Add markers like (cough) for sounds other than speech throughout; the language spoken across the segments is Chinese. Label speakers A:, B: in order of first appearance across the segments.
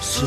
A: 是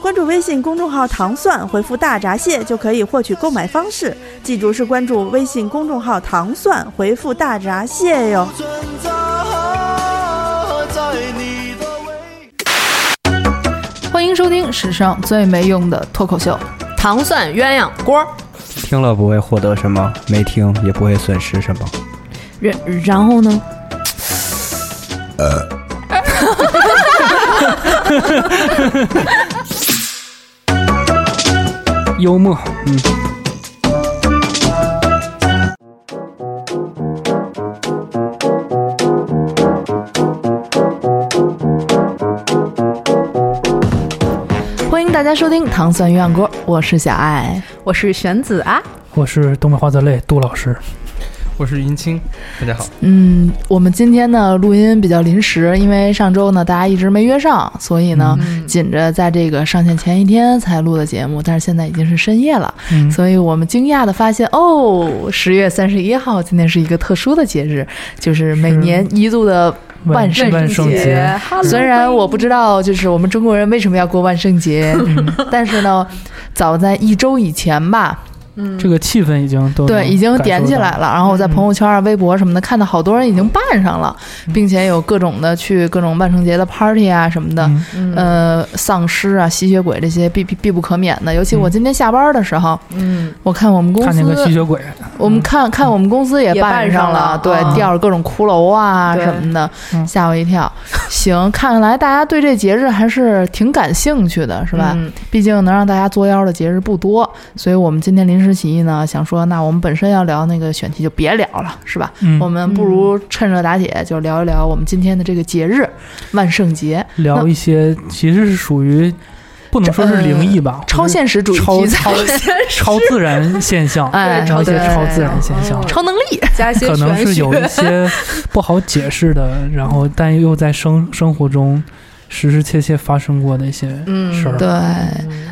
B: 关注微信公众号“糖蒜”，回复“大闸蟹”就可以获取购买方式。记住是关注微信公众号“糖蒜”，回复“大闸蟹”哟。
C: 存在在你的微
D: 欢迎收听史上最没用的脱口秀。
E: 糖蒜鸳鸯锅儿。
F: 听了不会获得什么，没听也不会损失什么。
E: 然然后呢？
F: 幽默，嗯，
D: 欢迎大家收听《糖蒜鸳鸯锅》，我是小爱。
E: 我是玄子啊，
G: 我是东北花泽类杜老师，
H: 我是云清，大家好。
D: 嗯，我们今天呢录音比较临时，因为上周呢大家一直没约上，所以
G: 嗯
D: 呢、
E: 嗯
D: 紧着在这个上线前一天才录的节目，但是现在已经是深夜了，
G: 嗯
D: 所以我们惊讶的发现，哦，十月三十一号今天是一个特殊的节日，就是每
G: 是
D: 年一度的万圣
G: 万圣节，
D: 虽然我不知道，就是我们中国人为什么要过万圣节，但是呢，早在一周以前吧，
G: 这个气氛已经都
D: 对，
G: 能
D: 已经
G: 嗯感受
D: 点起
G: 到
D: 来。了。然后我在朋友圈啊、微博什么的，看到好多人已经办上了，
G: 嗯
D: 并且有各种的去各种万圣节的 party 啊什么的，
G: 嗯
D: 呃，丧尸啊、吸血鬼这些必必必不可免的。尤其我今天下班的时候，
E: 嗯，
D: 我看我们公
G: 嗯看见个吸
D: 司，
G: 血鬼，
D: 我们看看我们公司也
E: 也办
D: 上
E: 上了
D: 对，
E: 啊
D: 吊着各种骷髅啊
E: 对
D: 什么的，
G: 嗯
D: 吓我一跳。行，看来大家对这节日还是挺感兴趣的，是
E: 是
D: 吧？毕竟能让大家作妖的节日不多，所以我们今天临时起意呢，想说，那我们本身要聊那个选题就别聊了，是吧？
G: 嗯
D: 我们不如趁热打铁，就聊一聊我们今天的这个节日——万圣节，
G: 聊一些其实是属于不能说是灵异吧，
D: 超现实主义
G: 嗯超
D: 题材， (laughs)
G: 超自然现象，
D: 哎
G: 聊一些
D: 对
G: 超自然现象，
D: 超能力。
E: 加一些
G: 可能是有一些不好解释的，然后但又在生生活中实实切切发生过的一些事
E: 嗯
G: 儿。
D: 对，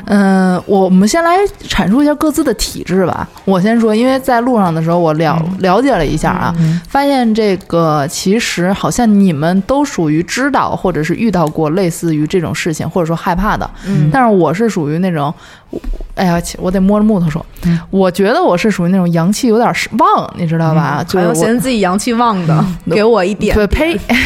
D: 嗯、我们先来阐述一下各自的体质吧。我先说，因为在路上的时候，我了、
E: 嗯
D: 了解了一下啊，
G: 嗯
D: 发现这个其实好像你们都属于知道或者是遇到过类似于这种事情，或者说害怕的。
E: 嗯
D: 但是我是属于那种，我哎呀，我得摸着木头说，
G: 嗯
D: 我觉得我是属于那种阳气有点儿旺，你知道吧？就
E: 嗯还
D: 是
E: 有
D: 我
E: 嫌自己阳气旺的，给我一点。
D: 对，呸！哎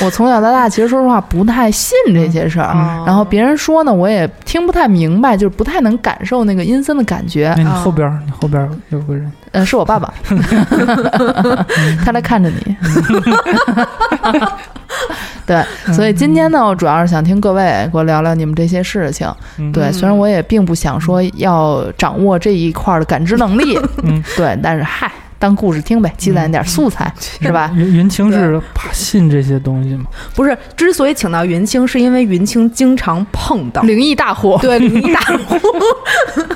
D: 我从小到大，其实说实话不太信这些事儿，
E: 嗯
D: 然后别人说呢，我也听不太明白，就是不太能感受那个阴森的感觉
G: 那。你后边儿，你后边儿有个人，
D: 呃，是我爸 (laughs) 爸，他来看着 (laughs) 你。对，所以今天呢，我主要是想听各位给我聊聊你们这些事情。
G: 嗯
D: 对，虽然我也并不想说要掌握这一块儿的感知能 (laughs) 力，
G: 嗯，
D: 对，但是嗨，当故事听呗，积攒点素材， (laughs) 是吧？
G: 云云清是怕信这些东西吗？
E: 不是，之所以请到云清，是因为云清经常碰到，
D: 灵异 (laughs) 大户，
E: 对， (laughs) 你打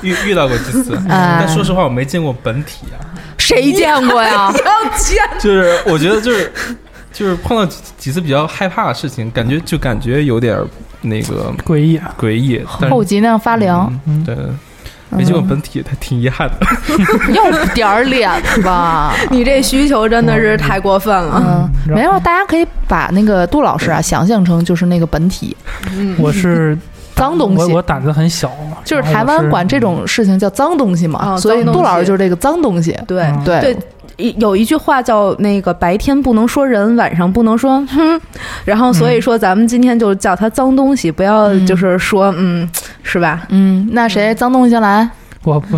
H: 遇遇到过几次，
D: 啊
H: 但说实话我没见过本体啊，
D: 谁见过呀？
E: 要见，
H: 就是我觉得就是就是碰到几几次比较害怕的事情，感觉就感觉有点儿那个
G: 诡异啊，
H: 诡异，但
D: 后
H: 是
D: 脊梁发凉，
H: 嗯对。没见过本体，他挺遗憾的。 (laughs)
D: (laughs) 要点儿脸吧。
E: (laughs) 你这需求真的是太过分了。
D: 嗯，没有，大家可以把那个杜老师啊想象成就是那个本体
G: 我是
D: 脏东
G: 嗯我
D: 西
G: 我，胆子很小，
D: 就是
G: 然后我嗯
D: 台湾管这种事情叫脏东西嘛，
E: 哦
D: 所以
E: 脏东
D: 杜
E: 西
D: 老师就是这个脏东西。
E: 对
G: 嗯
D: 对
E: 对，一有一句话叫那个白天不能说人，晚上不能说 (laughs) 哼，然后所以说咱们今天就叫它脏东西，不要
D: 嗯
E: 就是说嗯，是吧？
D: 嗯，那谁脏东西先来？
G: 我不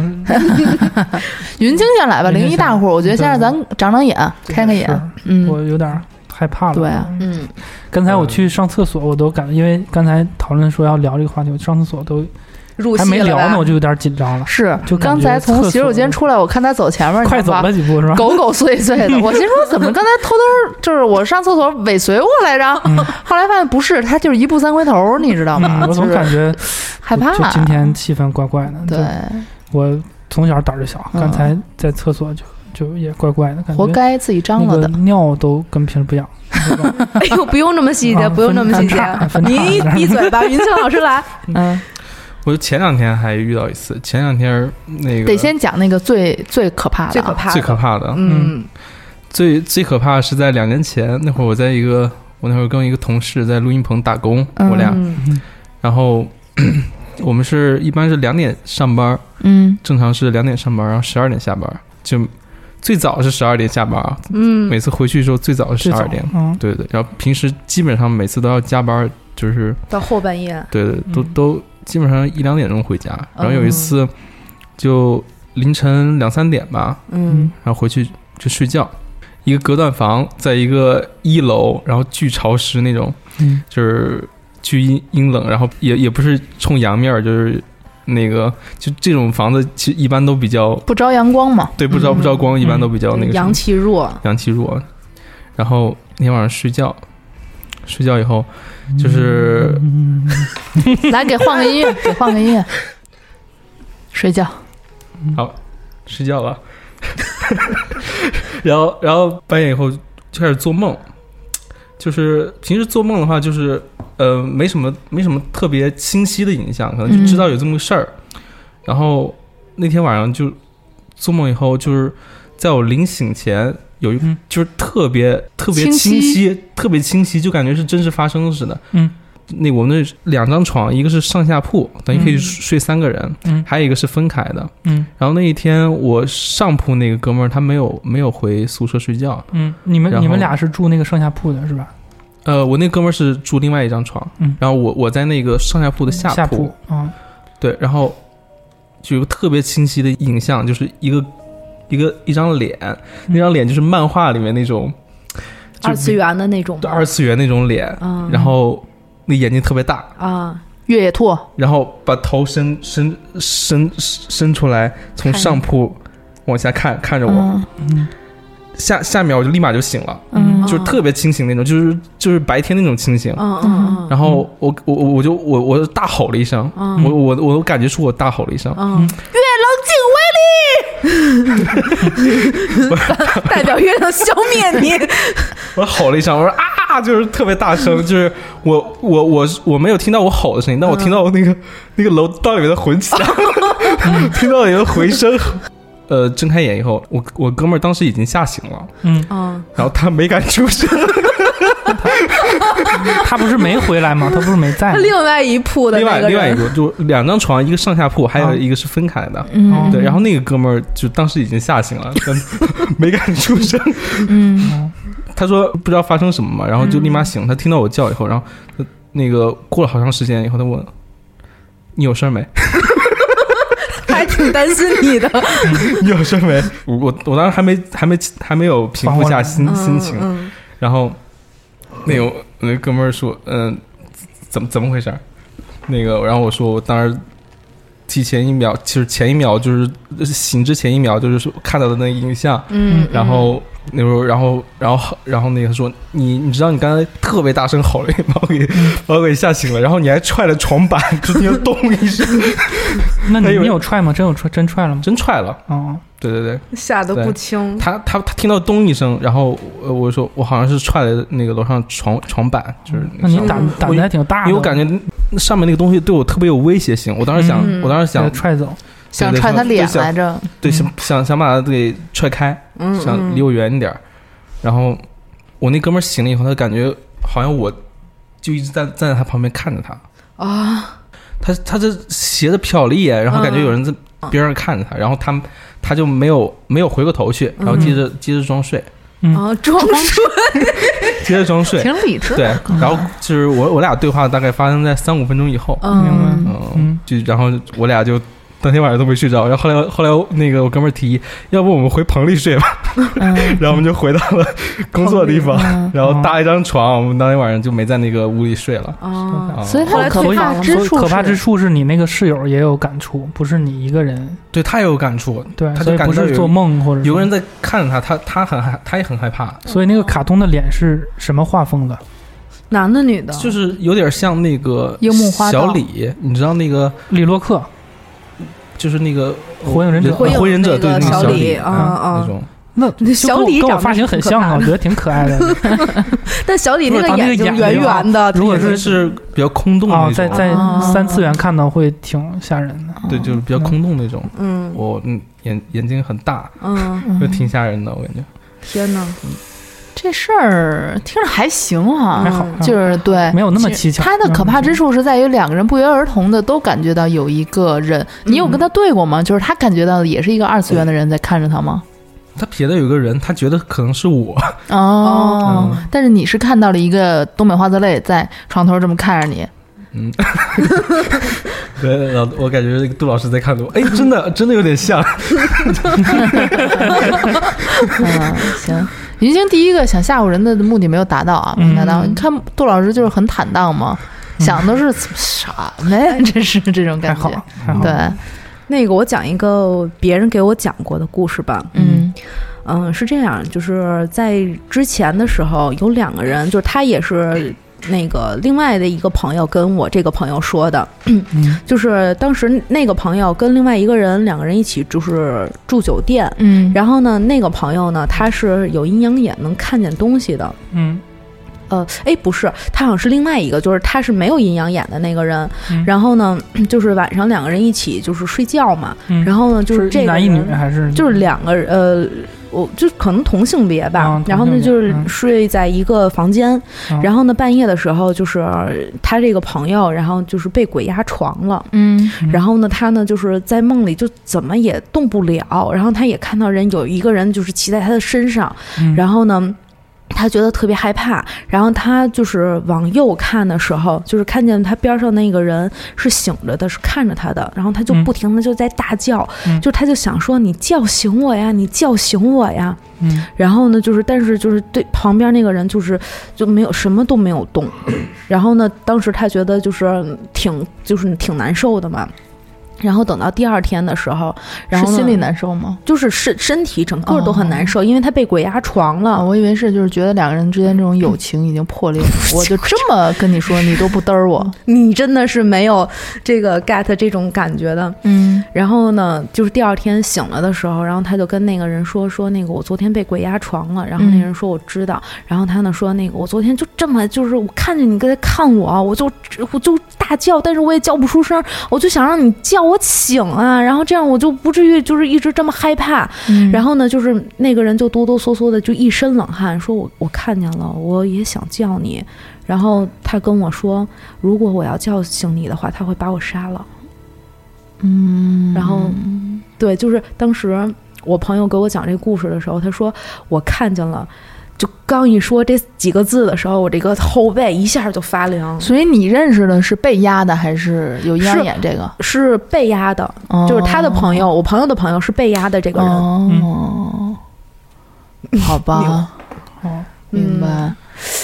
D: 云清先来吧，
G: 云清
D: 灵异大户，我觉得先让咱长长眼， (laughs) 开开眼。
G: 嗯是
D: 嗯，
G: 我有点害怕了。
D: 对啊，
E: 嗯，
G: 刚才我去上厕所，我都感觉，因为刚才讨论说要聊这个话题，我上厕所都
E: 入
G: 还
E: 戏
G: 没
E: 了
G: 聊
E: 吧
G: 呢，我就有点
D: (laughs)
G: 紧张了。
D: 是
G: 就感
D: 刚
G: 觉
D: 才从
G: 厕所
D: 洗手间出来，我看他走前面，你知
G: 快
D: 道
G: 走
D: 吧
G: 了几步是吧？
D: 狗狗碎碎的，我心说怎么刚才偷偷就是我上厕所尾随我来着， (laughs) 后来发现不是，他就是一步三回头，你知道吗？
G: 嗯嗯我
D: 就
G: 总
D: 是
G: 感觉
D: (laughs) 害怕啊嗯
G: 就，今天气氛怪怪的。
D: 对，
G: 我从小胆儿就小，
D: 嗯
G: 刚才在厕所就就也怪怪的，感
D: 活
G: 觉
D: 该自己张
G: 那
D: 罗
G: 个
D: 的。
G: 尿都跟平时不一样。
E: (laughs)
D: (laughs)
E: 哎呦，不用那么细节，
G: 啊
E: 不用那么细节
G: 分叉，分叉
E: 你闭嘴吧，云清老师来。
D: (laughs) 嗯，
H: 我就前两天还遇到一次，前两天儿那个
D: 得先讲那个最最可怕的啊，
E: 最可怕的
H: 最可怕的，
D: 嗯
H: 最最可怕的是在两年前那会儿，我在一个我那会儿跟一个同事在录音棚打工，我俩，
D: 嗯
H: 然后 (clears throat) 我们是一般是两点上班，
D: 嗯
H: 正常是两点上班，然后十二点下班，就最早是十二点下班啊，
E: 嗯，
H: 每次回去之后最早是
G: 最
H: 十
G: 早
H: 二点，
G: 嗯，
H: 对对，然后平时基本上每次都要加班，就是
E: 到后半夜，
H: 对对，都
G: 嗯
H: 都基本上一两点钟回家，然后有
E: 哦
H: 一次就凌晨两三点吧，
E: 嗯，
H: 然后回去就睡觉。一个隔断房，在一个一楼，然后巨潮湿那种，
G: 嗯
H: 就是巨阴阴冷，然后也也不是冲阳面儿，就是那个就这种房子，其实一般都比较
D: 不招阳光嘛， (laughs)
H: 对，不着不着光，一般都比较那个什么
E: 嗯阳气弱，
H: 阳气弱。然后那天晚上睡觉，睡觉以后就是
E: 嗯
D: 来给换个音
G: (laughs)
D: 乐，给换个音乐，睡觉。
H: 睡觉了， (laughs) 然后然后半夜以后就开始做梦，就是平时做梦的话，就是呃没什么没什么特别清晰的影像，可能就知道有这么个事儿。然后那天晚上就做梦以后，就是在我临醒前有一、
G: 嗯
H: 就是特别特别
D: 清晰
H: 清晰，特别清晰，就感觉是真实发生似的。
G: 嗯，
H: 那我们那两张床，一个是上下铺，等于可以
G: 嗯
H: 睡三个人，
G: 嗯
H: 还有一个是分开的。
G: 嗯
H: 然后那一天我上铺那个哥们儿他没有没有回宿舍睡觉，
G: 嗯，你们
H: 然后
G: 你们俩是住那个上下铺的是吧？
H: 呃，我那哥们儿是住另外一张床，
G: 嗯
H: 然后我我在那个上下铺的下
G: 下铺啊，
H: 对，然后就有个特别清晰的影像，就是一个一个一张脸，那张脸就是漫画里面那种
E: 嗯
H: 就
E: 二次元的那种吗，
H: 二次元那种脸，
E: 嗯
H: 然后那眼睛特别大，
E: 啊，
D: 越野兔，
H: 然后把头伸伸伸伸出来，从
E: 看
H: 上铺往下看看着我，
D: 嗯
G: 嗯
H: 下下秒我就立马就醒了。
D: 嗯
H: 就是特别清醒那种，就是就是白天那种清醒。
E: 嗯
D: (laughs)
E: 嗯嗯
H: 然后我我我我就我我大吼了一声，
E: 嗯
H: 我我我感觉出我大吼了一声，
E: 嗯，月亮警卫力，代表月亮消灭你，
H: 我吼了一声，我说啊，就是特别
E: (laughs)
H: 大声，就是我我我我没有听到我吼的声
E: 嗯
H: 音，但我听到那个、那个楼道里面的混
E: (laughs)
H: 响，听到有个回声。呃，睁开眼以后，我我哥们儿当时已经吓醒
E: (laughs)
H: 了，
G: 嗯，
E: 嗯，
H: 然后他没敢
E: (laughs)
H: 出声，
G: 他不是没回来吗？他不是没在吗？哦
E: 另外一铺的
H: 另
E: 那
H: 外
E: 个
H: 另外一
E: 人，
H: 个就两张床，一个上下铺，还有
G: 啊
H: 一个是分开的。
D: 嗯，
H: 对，然后那个哥们儿就当时已经吓醒了，
E: (laughs)
H: 但没敢出声。
D: 嗯
G: 嗯
H: 他说不知道发生什么嘛，然后就立
E: 嗯
H: 马醒。他听到我叫以后，然后他那个过了好长时间以后，他问你有事儿没？
E: 他 (laughs) 还挺担心你的，
H: (laughs) 你有事儿没？我我我当时还没还没还没有平复下心
E: 嗯
H: 心情，
E: 嗯
H: 然后那个那哥们儿说，嗯、怎么怎么回事儿？那个，然后我说，我当时提前一秒，其实前一秒就是呃醒之前一秒，就是说看到的那个影像，
E: 嗯，
H: 然后那时候，然后，然后，然后那个说你，你知道你刚才特别大声吼了，把我给把我给吓醒了，然后你还踹了床板， (laughs) 就听咚一声，
G: 那
H: 他以
G: 你
H: 为
G: 你有踹吗？真有踹，真踹了吗？
H: 真踹了。
G: 哦，
H: 对对对，
E: 嗯吓得不轻，
H: 他他他听到咚一声，然后呃我说我好像是踹了那个楼上床床板，就是
G: 那啊你
H: 上
G: 胆
E: 嗯
G: 胆子还挺大
H: 因
G: 的，
H: 为我感觉那上面那个东西对我特别有威胁性，我当时想，
E: 嗯
H: 我当时
G: 给他
H: 想
G: 踹走，
D: 想
H: 对
D: 踹他脸来
H: 想
D: 着，
H: 对
G: 嗯
H: 想想想把它给踹开，
E: 嗯，
H: 想
E: 嗯
H: 离我远一点儿。然后我那哥们儿醒了以后，他感觉好像我就一直在站在他旁边看着他，
E: 啊，
H: 他他这斜着瞟了一眼，然后感觉有人在边上看着他，然后他他就没有没有回过头去，然后接着接着装睡，
E: 啊，装睡，
H: 接着装睡
D: 挺。理智
H: 对
D: 的。，
H: 然后就是我我俩对话大概发生在三五分钟以后，
G: 明
E: 嗯，
H: 嗯
G: 嗯，
H: 就然后我俩就当天晚上都没睡着。然后后来后来那个我哥们儿提议，要不我们回棚里睡吧？
D: 嗯
H: 然后我们就回到了工作地方，
D: 嗯，
H: 然后搭一张床。我们当天晚上就没在那个屋里睡了。
E: 啊，
H: 啊，
D: 所以
E: 后
D: 他
E: 来
D: 的可
E: 退
D: 怕
E: 房了
D: 之
G: 哦所以
D: 处是，
G: 可怕之处是你那个室友也有感触，不是你一个人，
H: 对他也有感触，
G: 对，啊
H: 他
G: 所
H: 就
G: 以
H: 感
G: 不
H: 觉
G: 是做
H: 有
G: 梦或者
H: 有个
G: 什
H: 人
G: 么，
H: 在看着他，他他很害，他也很害怕，
G: 所以那个卡通的脸是什么画风的？
E: 男的女的，
H: 就是有点像那个
D: 樱木花道
H: 小李，你知道那个
G: 利洛克
H: 就是那个
G: 火影忍者
H: 人
G: 火影
H: 火影忍者对
E: 那个
H: 个
G: 小
H: 小
G: 李
H: 李
E: 啊啊
H: 那种，
G: 那
E: 那小
G: 就跟我
E: 李
G: 跟
E: 长
G: 我
E: 得
G: 发型很像啊，我
E: 挺可怕的
G: 觉得挺可
H: (laughs)
G: 爱的。
E: 但小李那
G: 如果
E: 个
G: 他那个
E: 眼睛
G: 眼睛
E: 圆
G: 啊
E: 圆的，
H: 如果
E: 挺
H: 是是比较空洞的
G: 啊，
H: 那
G: 在
H: 种，啊
G: 在
E: 啊
G: 三次元看到会挺吓人的。
H: 对，就是比较空洞那种。
E: 嗯
H: 我嗯眼眼睛很大，
E: 嗯，
D: 嗯
H: 就挺吓人的，我感觉。
E: 天哪，
D: 这事儿听着还行哈、
G: 还好
E: 嗯
D: 就是对，
G: 没有那么
D: 其实
G: 蹊跷
D: 它的可怕之处是在于两个人不约而同的都感觉到有一个人，
G: 嗯
D: 你有跟他对过吗？就是他感觉到的也是一个二次元的人在看着他吗？
H: 他撇的有个人，他觉得可能是我，
D: 哦，
G: 嗯
D: 但是你是看到了一个东北花泽类在床头这么看着你，
H: 嗯，对，老我感觉杜老师在看我，哎，真的真的有点像，
G: (laughs)
D: 嗯，行。云星第一个想吓唬人的目的没有达到啊，没有达到。
G: 嗯
D: 你看杜老师就是很坦荡嘛，想的是什么 (laughs) 呀？真是这种
G: 还
D: 感
G: 好
D: 觉。
G: 还好，
D: 对，
E: 那个我讲一个别人给我讲过的故事吧。
D: 嗯
E: 嗯，是这样，就是在之前的时候，有两个人，就是他也是那个另外的一个朋友跟我这个朋友说的，
G: 嗯
E: 就是当时那个朋友跟另外一个人，两个人一起就是住酒店。
D: 嗯，
E: 然后呢，那个朋友呢，他是有阴阳眼，能看见东西的。
G: 嗯
E: 呃，哎，不是，他好像是另外一个，就是他是没有阴阳眼的那个人。
G: 嗯
E: 然后呢，就是晚上两个人一起就是睡觉嘛。
G: 嗯，
E: 然后呢，就是这
G: 一
E: 个
G: 男一
E: 人
G: 女还是
E: 就是两个人呃，我就可能同性别吧，
G: 啊
E: 然后呢
G: 同性
E: 就
G: 别
E: 是
G: 嗯
E: 睡在一个房间，
G: 啊
E: 然后呢半夜的时候就是他这个朋友，然后就是被鬼压床了。
D: 嗯
G: 嗯
E: 然后呢，他呢就是在梦里就怎么也动不了，然后他也看到人有一个人就是骑在他的身上，
G: 嗯
E: 然后呢，他觉得特别害怕，然后他就是往右看的时候，就是看见他边上那个人是醒着的，是看着他的，然后他就
G: 嗯
E: 不停的就在大叫，
G: 嗯
E: 就他就想说你叫醒我呀，你叫醒我呀，
G: 嗯
E: 然后呢，就是但是就是对旁边那个人就是就没有什么都没有动，然后呢，当时他觉得就是挺就是挺难受的嘛。然后等到第二天的时候，然
D: 是
E: 后呢
D: 心里难受哦吗？
E: 就是身身体整个都很难受，因为他被鬼压床
D: 啊，
E: 了。
D: 我以为是就是觉得两个人之间这种友情已经破裂了，我就这么跟你说，你都不嘚儿我。
E: 你真的是没有这个 get 这种感觉的。
D: (laughs) 嗯
E: 然后呢，就是第二天醒了的时候，然后他就跟那个人说说那个我昨天被鬼压床了，然后那
D: 嗯
E: 人说我知道，然后他呢说那个我昨天就这么就是我看见你在看我，我就我就大叫，但是我也叫不出声，我就想让你叫我醒啊，然后这样我就不至于就是一直这么害怕。
D: 嗯
E: 然后呢，就是那个人就哆哆嗦嗦的，就一身冷汗，说我我看见了，我也想叫你。然后他跟我说，如果我要叫醒你的话，他会把我杀了。
D: 嗯，
E: 然后，对，就是当时我朋友给我讲这故事的时候，他说我看见了。就刚一说这几个字的时候，我这个后背一下就发凉，
D: 所以你认识的是被压的还是有阴阳眼这个？
E: 是被压的，
D: 哦
E: 就是他的朋友，我朋友的朋友是被压的这个人。
D: 哦，好吧，
G: 哦，
D: 明白。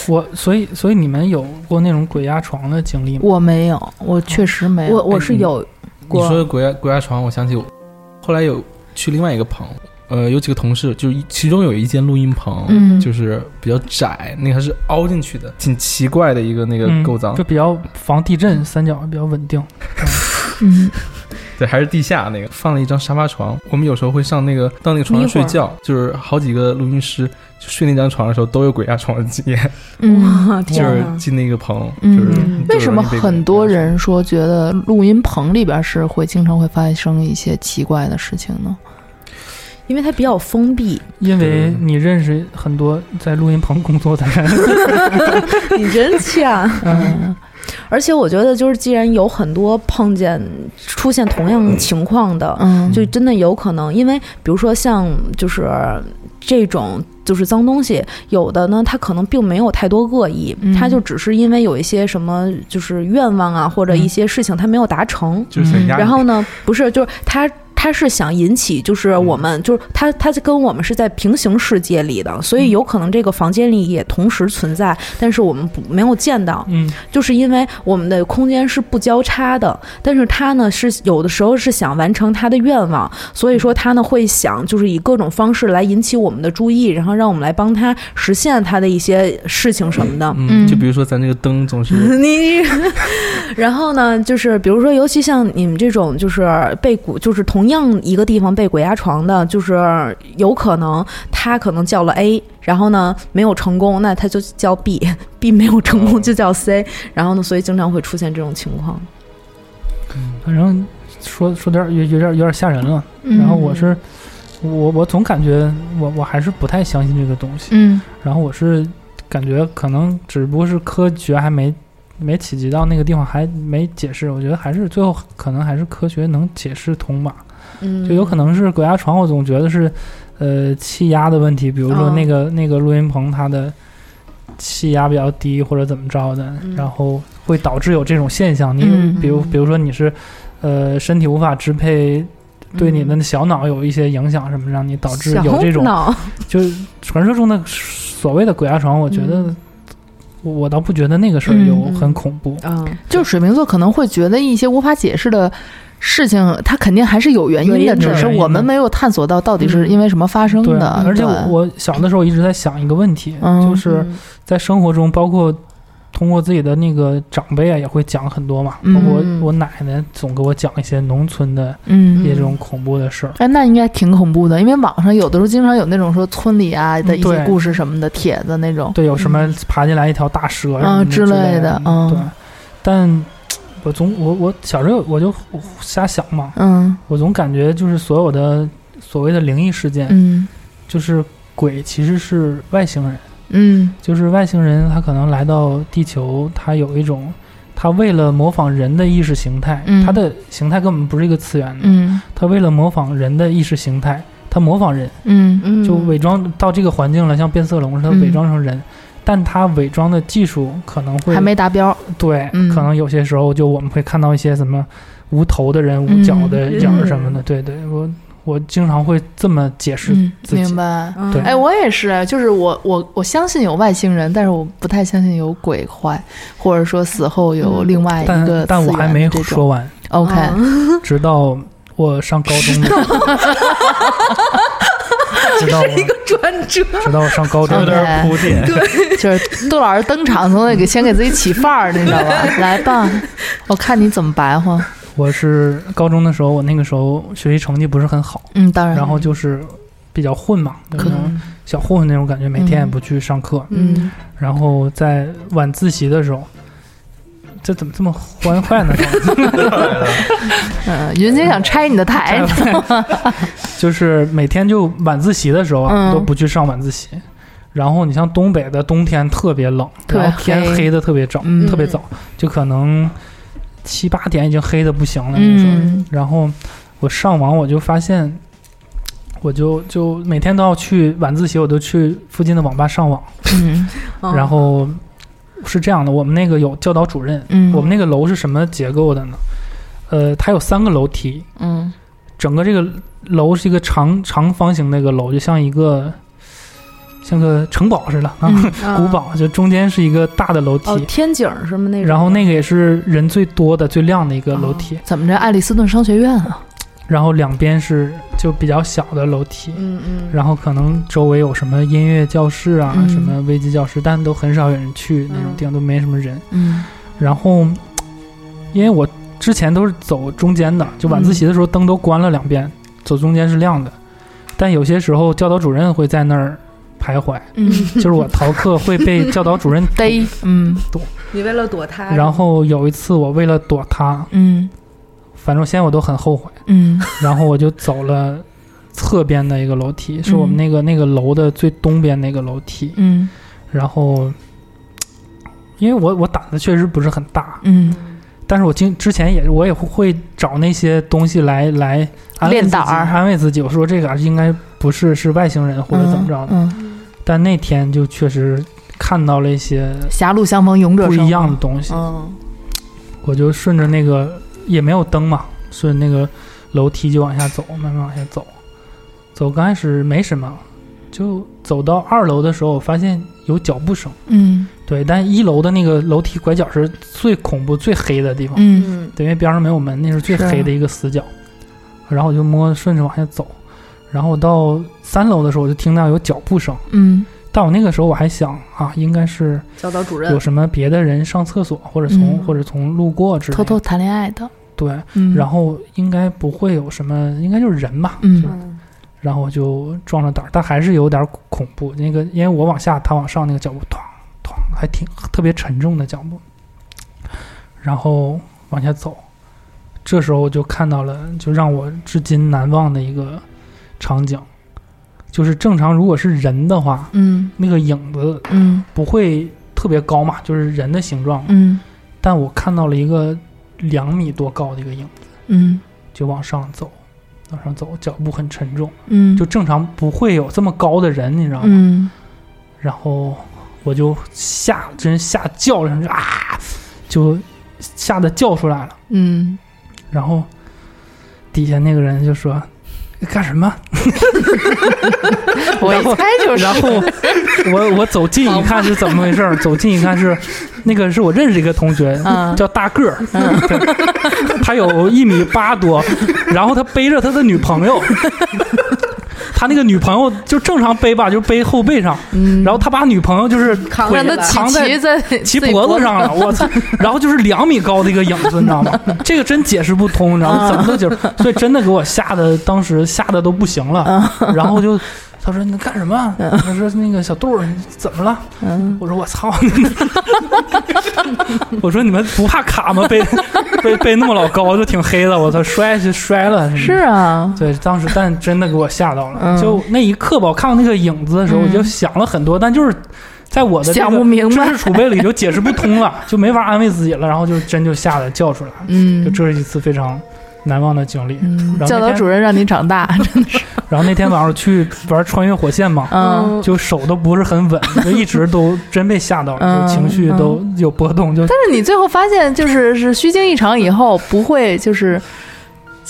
G: 我所以所以你们有过那种鬼压床的经历吗？
D: 我没有，我确实没有。嗯
E: 我我是
H: 你
E: 有
H: 你
E: 过，
H: 说鬼压鬼压床，我想起我后来有去另外一个棚，呃，有几个同事，就是一其中有一间录音棚，
D: 嗯
H: 就是比较窄，那个还是凹进去的，挺奇怪的一个那个
G: 嗯
H: 构造，
G: 就比较防地震，
E: 嗯
G: 三角比较稳定。
D: 嗯
H: 对，还是地下那个，放了一张沙发床。我们有时候会上那个到那个床上睡觉，就是好几个录音师就睡那张床的时候都有鬼压床的经验， (laughs)
D: 嗯。
E: 哇，
H: 就
E: (laughs) 天
H: 是
E: 哪！
H: 进那个棚，
D: 嗯
H: 就是
E: 嗯
D: 为什么很多人说觉得录音棚里边是会经常会发生一些奇怪的事情呢？
E: 因为他比较封闭，
G: 因为你认识很多在录音棚工作的人，
E: 你真欠。
D: 嗯
E: 而且我觉得，就是既然有很多碰见出现同样情况的，
D: 嗯，
E: 就真的有可能，因为比如说像就是这种就是脏东西，有的呢，它可能并没有太多恶意
D: 嗯，
E: 它就只是因为有一些什么
D: 嗯
E: 就是愿望啊，或者一些事情它没有达成，
H: 就是很压抑
E: 然后呢，不是就是他。他是想引起，就是我们，就是他，他是跟我们是在平行世界里的，所以有可能这个房间里也同时存在，但是我们不没有见到，
G: 嗯，
E: 就是因为我们的空间是不交叉的，但是他呢是有的时候是想完成他的愿望，所以说他呢会想就是以各种方式来引起我们的注意，然后让我们来帮他实现他的一些事情什么的。
H: 嗯，
D: 嗯
H: 就比如说咱这个灯总是
E: (laughs)
D: (laughs)
E: 你，然后呢，就是比如说，尤其像你们这种，就是被鬼，就是同样一个地方被鬼压床的，就是有可能他可能叫了 A，然后呢没有成功，那他就叫 B，B 没有成
G: 哦
E: 功就叫 C，然后呢，所以经常会出现这种情况。
G: (laughs) 反正说说点儿有有点有点吓人了。
E: 嗯
G: 然后我是我我总感觉我我还是不太相信这个东西。
D: 嗯
G: 然后我是感觉可能只不过是科学还没没企及到那个地方，还没解释。我觉得还是最后可能还是科学能解释通吧，
E: 嗯，
G: 就有可能是鬼压床。我总觉得是呃气压的问题，比如说
E: 哦
G: 那个、那个录音棚它的气压比较低或者怎么着的，
E: 嗯
G: 然后会导致有这种现象。你、
D: 嗯
G: 比如比如说你是呃身体无法支配。对你的
E: 嗯
G: 小脑有一些影响，什么让你导致有这
E: 小
G: 种
E: 脑
G: 就是传说中的所谓的鬼压床，我觉得、
E: 嗯
G: 我我倒不觉得那个事儿有
E: 嗯嗯
G: 很恐怖。
E: 嗯，
D: 就是水瓶座可能会觉得一些无法解释的事情，它肯定还是有原因
E: 有
D: 的，
E: 原因
D: 只是
G: 的
D: 我们没有探索到到底是
E: 嗯
D: 因为什么发生
G: 对，
D: 的。
G: 而且
D: 对
G: 我我小的时候一直在想一个问题，
D: 嗯
G: 就是在生活中，包括通过自己的那个长辈啊，也会讲很多嘛。
D: 嗯
G: 包括我我奶奶总给我讲一些农村的
D: 嗯
G: 一，些这种恐怖的事儿。
D: 哎，那应该挺恐怖的，因为网上有的时候经常有那种说村里啊的一些
G: 对
D: 故事什么的帖子那种。
G: 对，有什么爬进来一条大蛇什么
D: 嗯之
G: 之
D: 类的嗯
G: 对，但我总我我小时候我就瞎想嘛，
D: 嗯
G: 我总感觉就是所有的所谓的灵异事件，
D: 嗯
G: 就是鬼其实是外星人，
D: 嗯
G: 就是外星人他可能来到地球，他有一种，他为了模仿人的意识形态，
D: 嗯
G: 他的形态根本不是一个次元的，
D: 嗯
G: 他为了模仿人的意识形态，他模仿人，
D: 嗯
E: 嗯
G: 就伪装到这个环境了，像变色龙似的
D: 嗯
G: 伪装成人。但他伪装的技术可能会
D: 还没达标。
G: 对，
D: 嗯
G: 可能有些时候就我们会看到一些什么无头的人、无脚
D: 嗯
G: 的人什么的。对对，我我经常会这么解释。
D: 嗯，
G: 自己
D: 明白。
E: 嗯
G: 对
D: 哎，我也是，就是我我我相信有外星人，但是我不太相信有鬼怪，或者说死后有另外一
G: 嗯但
D: 个
G: 但我
D: 次
G: 还
D: 元
G: 没
D: 这种
G: 说完，
D: OK，
G: 嗯直到我上高中
D: (laughs)
G: 的，直到我
E: 专注，
G: 直到我上高中
D: 有点
G: 的，
D: 儿铺
H: 垫，
D: 哎就是杜老师登场总得给先给自己起范
G: (laughs)
D: 儿，你知道吧？来吧，我看你怎么白话。
G: 我是高中的时候，我那个时候学习成绩不是很好，
D: 嗯，当然。
G: 然后就是比较混嘛，就
D: 可
G: 是那种小混混那种感觉，每天也不去上课，
D: 嗯
G: 然后在晚自习的时候，这怎么这么欢快呢？
D: 嗯，云姐想拆你的台，
G: 就是每天就晚自习的时候啊，
D: 嗯
G: 都不去上晚自习。然后你像东北的冬天特别冷，
D: 特别
G: 然后天
D: 黑
G: 黑的特别早，
D: 嗯
G: 特别早，就可能七八点已经黑的不行了。那时候
D: 嗯
G: 然后我上网我就发现，我就就每天都要去晚自习，我都去附近的网吧上网。
D: 嗯
G: 然后是这样的，我们那个有教导主任，
D: 嗯，
G: 我们那个楼是什么结构的呢？呃，它有三个楼梯，
D: 嗯
G: 整个这个楼是一个长长方形的一个楼，就像一个像个城堡似的啊，
D: 嗯
G: 古堡，就中间是一个大的楼梯，
E: 哦，天井儿什么那种，
G: 然后那个也是人最多的、最亮的一个楼梯，
D: 怎么着？爱丽斯顿商学院啊，
G: 然后两边是就比较小的楼梯。
E: 嗯嗯，
G: 然后可能周围有什么音乐教室啊，
D: 嗯
G: 什么微机教室，但都很少有人去那种地方，都没什么人。
D: 嗯
G: 然后，因为我之前都是走中间的，就晚自习的时候灯都关了两边，走中间是亮的。但有些时候教导主任会在那儿徘徊，
D: 嗯，
G: 就是我逃课会被教导主任
D: 逮，嗯
E: 你为了躲他，
G: 然后有一次我为了躲他，
D: 嗯
G: 反正现在我都很后悔，
D: 嗯
G: 然后我就走了侧边的一个楼梯，是我们那个那个楼的最东边那个楼梯。
D: 嗯
G: 然后，因为我我胆子确实不是很大，
D: 嗯，
G: 但是我经之前也我也会找那些东西来来安慰
D: 练
G: 自己，
D: 胆儿
G: 安慰自己。我说这个啊应该不是是外星人或者怎么着的。
D: 嗯，
G: 但那天就确实看到了一些
D: 狭路相逢勇者
G: 不一样的，东西，
D: 嗯
G: 我就顺着那个也没有灯嘛，顺着那个楼梯就往下走，慢慢往下走。走刚开始没什么，就走到二楼的时候，我发现有脚步声。
D: 嗯
G: 对，但一楼的那个楼梯拐角是最恐怖、最黑的地方，
D: 嗯
E: 嗯
G: 对，因为边上没有门，那是最
D: 是啊
G: 黑的一个死角。然后我就摸顺着往下走，然后我到三楼的时候，我就听到有脚步声。
D: 嗯
G: (laughs) 但我那个时候我还想啊，应该是
B: 教导主任
G: 有什么别的人上厕所，或者从、
D: 嗯
G: 或者从路过之类
D: 偷
G: 的。
D: 偷谈恋爱的，
G: 对，
D: 嗯，
G: 然后应该不会有什么，应该就是人吧。
D: 嗯
E: 嗯
G: 然后我就壮着胆儿，但还是有点儿恐怖。那个，因为我往下，他往上，那个脚步咚咚，还挺特别沉重的脚步。然后往下走，这时候我就看到了，就让我至今难忘的一个场景，就是正常如果是人的话，
D: 嗯
G: 那个影子
D: 嗯
G: 不会特别高嘛，就是人的形状。
D: 嗯
G: 但我看到了一个两米多高的一个影，
D: 嗯
G: 就往上走，往上走，脚步很沉重，
D: 嗯，
G: 就正常不会有这么高的人，你知道吗？
D: 嗯
G: 然后我就吓，真吓叫了一声啊，就吓得叫出来了。
D: 嗯
G: 然后底下那个人就说：“干什么
D: 嗯，我一猜就？”是，
G: 然
D: (laughs)
G: 后我我走近一看是怎么回事儿，走近一看是那个是我认识一个同学，
D: 嗯
G: 叫大个儿，
D: 嗯
G: 他有一米八多，然后他背着他的女朋友，他那个女朋友就正常背吧，就背后背上，
D: 嗯，
G: 然后他把女朋友就是
B: 扛
D: 让
B: 着
D: 他
B: 呢，
G: 扛
D: 骑
G: 在
D: 骑在
G: 骑
D: 自己
G: 脖子上了，我操！然后就是两米高的一个影子，你知道吗？这个真解释不通，你知道吗？
D: 啊
G: 怎么都解释，所以真的给我吓得，当时吓得都不行了。
D: 上，
G: 然后就他说你干什么？
D: 嗯
G: 他说那个小杜儿你怎么了？
D: 嗯
G: 我说我操！ (laughs) 我说你们不怕卡吗？背背背那么老高，就挺黑的，我操，摔是摔了。
D: 嗯，是啊，
G: (laughs) 对，当时但真的给我吓到了，
D: 嗯
G: 就那一刻吧，我看到那个影子的时候，我就
D: 嗯
G: 想了很多，但就是在我的这
D: 想
G: 个
D: 不明
G: 知
D: 白
G: 识，储备里就解释不通了，就没法安慰自己了，然后就真就吓得叫出来了，
D: 嗯
G: 就这是一次非常难忘的经历。
D: 嗯
G: 然后，那
D: 教导
G: 天
D: 主任让你长
G: (laughs)
D: 大，真的是，
G: 然后那天晚上去玩穿越火线嘛，
D: 嗯，
G: 就手都不是很稳，就一直都真被吓到了，
D: 嗯
G: 就情绪都有波动，就
D: 但是你最后发现就是是虚惊一场以后，不会就是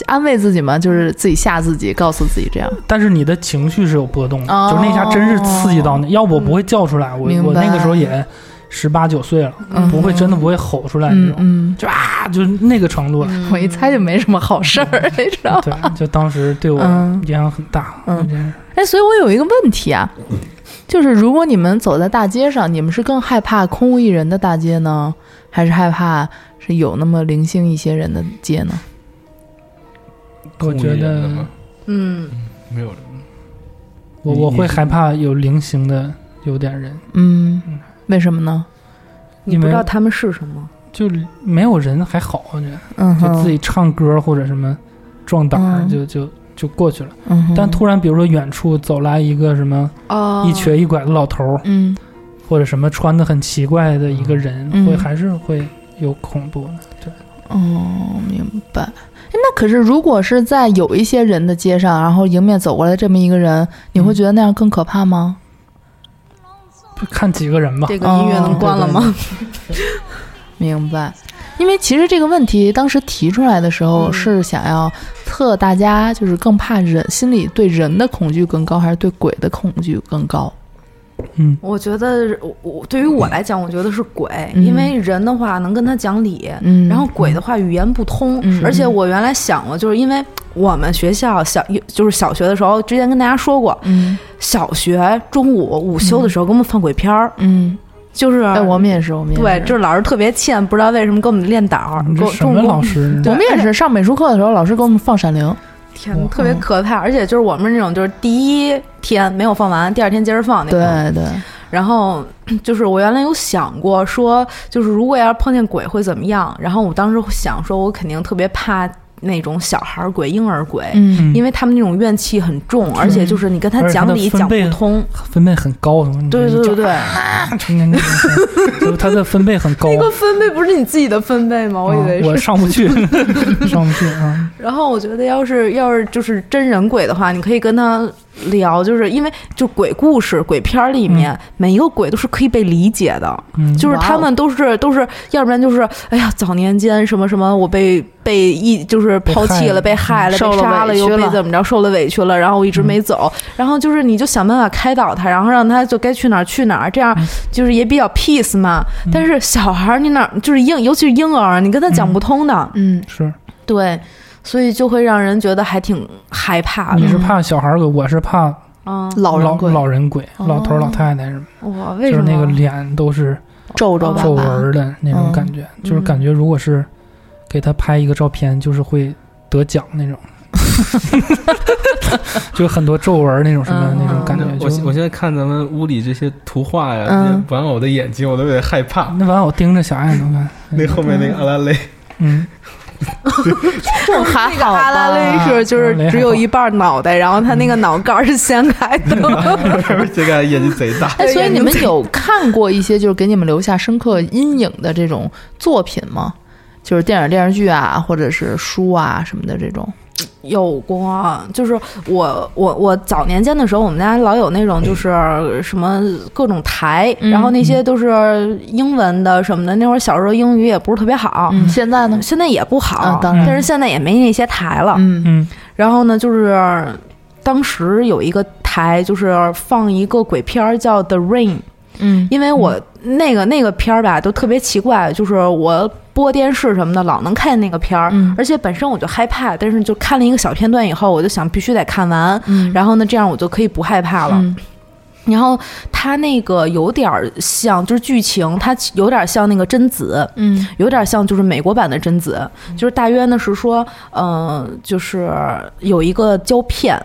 D: 安慰自己嘛，就是自己吓自己，告诉自己这样，
G: 但是你的情绪是有波动的，
D: 哦嗯
G: 就是那下真是刺激到你，要不我不会叫出来，我
D: 明白
G: 我那个时候也十八九岁了，
D: 嗯
G: 不会真的不会吼出来那
D: 嗯
G: 种，
D: 嗯，
G: 就啊就是那个程度了。
D: 我一猜就没什么好事儿，
G: 嗯
D: (laughs) 你知道吗？
G: 对，就当时对我
D: 嗯
G: 影响很大。
D: 嗯
G: 真是，
D: 哎，所以我有一个问题啊，就是如果你们走在大街上，你们是更害怕空无一人的大街呢，还是害怕是有那么零星一些人的街呢？
G: 我
H: 空无一
G: 觉
H: 人
G: 得
H: 的吗
D: 嗯
H: 没有人，
G: 我
H: 你
G: 我
H: 你
G: 会
H: 是
G: 害怕有零星的有点人，
D: 嗯
G: 嗯，
D: 为什么呢？
E: 你不
G: 因为
E: 知道他们是什么，
G: 就没有人还好，我觉得
D: 嗯哼，
G: 就自己唱歌或者什么撞档儿
D: 嗯
G: 就就就过去了。
D: 嗯哼，
G: 但突然比如说远处走来一个什么
E: 哦
G: 一瘸一拐的老头儿，
D: 嗯
G: 或者什么穿的很奇怪的一个人，
D: 嗯
G: 会还是会有恐怖的。对，
D: 哦，明白。哎那可是，如果是在有一些人的街上，然后迎面走过来这么一个人，你
E: 嗯
D: 会觉得那样更可怕吗？
G: 就看几个人吧。
E: 这个音乐能关了
G: 哦
E: 吗？
D: 明白，因为其实这个问题当时提出来的时候，
E: 嗯
D: 是想要测大家就是更怕人，心里对人的恐惧更高，还是对鬼的恐惧更高？
G: 嗯，
E: (laughs) 我觉得我我对于我来讲，我觉得是鬼，
D: 嗯
E: 因为人的话能跟他讲理，
D: 嗯，
E: 然后鬼的话语言不通，
D: 嗯
E: 而且我原来想过，就是因为我们学校小就是小学的时候，之前跟大家说过，
D: 嗯
E: 小学中午午休的时候给我们放鬼片儿，
D: 嗯，
E: 就是
D: 哎，我们也是，我们也是
E: 对，就是老师特别欠，不知道为什么给我们练胆儿，
G: 你
E: 给
G: 这
E: 我
G: 什
E: 中
G: 么
E: 午
G: 老师？
D: 我们也是上美术课的时候，老师给我们放《闪灵》，
E: 天特别可怕，而且就是我们那种就是第一天没有放完，第二天接着放那种。
D: 对对，
E: 然后就是我原来有想过说，就是如果要是碰见鬼会怎么样？然后我当时想说，我肯定特别怕那种小孩儿鬼、婴儿鬼。
D: 嗯，
E: 因为他们那种怨气很
G: 嗯
E: 重，而且就是你跟他讲理
G: 而且他的
E: 讲
G: 分贝
E: 不通，
G: 分贝很高，你
E: 对对
G: 你
E: 对对，
G: 就那那那就是他的分贝很高，
E: 分贝不是你自己的分贝吗？
G: 啊我上
E: (laughs)
G: 不去，上不去啊。
E: 然后我觉得，要是要是就是真人鬼的话，你可以跟他聊，就是因为就鬼故事、鬼片儿里面、每一个鬼都是可以被理解的，
G: 嗯，
E: 就是
D: 哇
E: 他
D: 哦
E: 们都是都是，要不然就是哎呀，早年间什么什么，我被被一就是
G: 被
E: 抛弃了，被
G: 害
E: 害了，
D: 受
E: 被
D: 了
E: 杀了，
D: 委
E: 又
D: 屈
E: 被
D: 了
E: 怎么着，受了委屈了，然后我一直没走，然后就是你就想办法开导他，然后让他就该去哪儿去哪儿，这样
G: 嗯
E: 就是也比较 peace 嘛。
G: 嗯
E: 但是小孩儿你哪儿就是婴，尤其是婴儿，你跟他讲不通的，
D: 嗯，
G: 是
E: 对，所以就会让人觉得还挺害怕
G: 你
E: 的。
G: 是怕小孩儿鬼，我是怕
E: 嗯，
D: 老人
G: 老
D: 鬼
G: 老人鬼、
D: 哦
G: 老头儿老太太什么，
E: 哇，
G: 就
E: 为什
G: 是
E: 么
G: 那个脸都是
D: 皱皱
E: 哦
D: 巴
G: 皱纹
D: 巴，
E: (laughs)
G: 儿的那种感
E: 嗯
G: 觉，就是感觉如果是给他拍一个照片，就是会得奖那
E: (laughs)
G: 种，就很多皱纹儿那种什么
D: 嗯
G: 那种感觉
H: 那。我现
G: 就
H: 我现在看咱们屋里这些图画呀，
D: 嗯
H: 那玩偶的眼睛，我都有点害怕。
G: 那玩偶盯着小爱能看，
H: (laughs) 那后面那个阿 (laughs) 拉蕾，
G: 嗯，
D: 这种还 (laughs)
E: 那个阿拉蕾
D: 吧
E: 是就是
G: 嗯
E: 只有一半脑袋，然后他那个脑盖是掀开
G: 嗯
E: 的。
H: 这个眼睛贼大。
D: 哎，所以你们有看过一些就是给你们留下深刻阴影的这种作品吗？就是电影、电视剧啊，或者是书啊什么的这种。
E: (laughs) 有过，啊就是我我我早年间的时候，我们家老有那种就是什么各种台，
D: 嗯
E: 然后那些都是英文的什么的。那会儿小时候英语也不是特别好，
D: 嗯，现在呢？
E: 现在也不好，
D: 啊当
G: 然
E: 但是现在也没那些台了。
D: 嗯
G: 嗯
E: 然后呢，就是当时有一个台，就是放一个鬼片儿叫《The Rain》，
D: 嗯
E: 因为我那个那个片儿吧，都特别奇怪，就是我播电视什么的，老能看见那个片儿，
D: 嗯
E: 而且本身我就害怕，但是就看了一个小片段以后，我就想必须得看完，
D: 嗯，
E: 然后呢，这样我就可以不害怕了。
D: 嗯
E: 然后它那个有点儿像，就是剧情，它有点儿像那个贞子，
D: 嗯
E: 有点像就是美国版的贞子，
G: 嗯
E: 就是大约呢是说，呃，就是有一个胶片，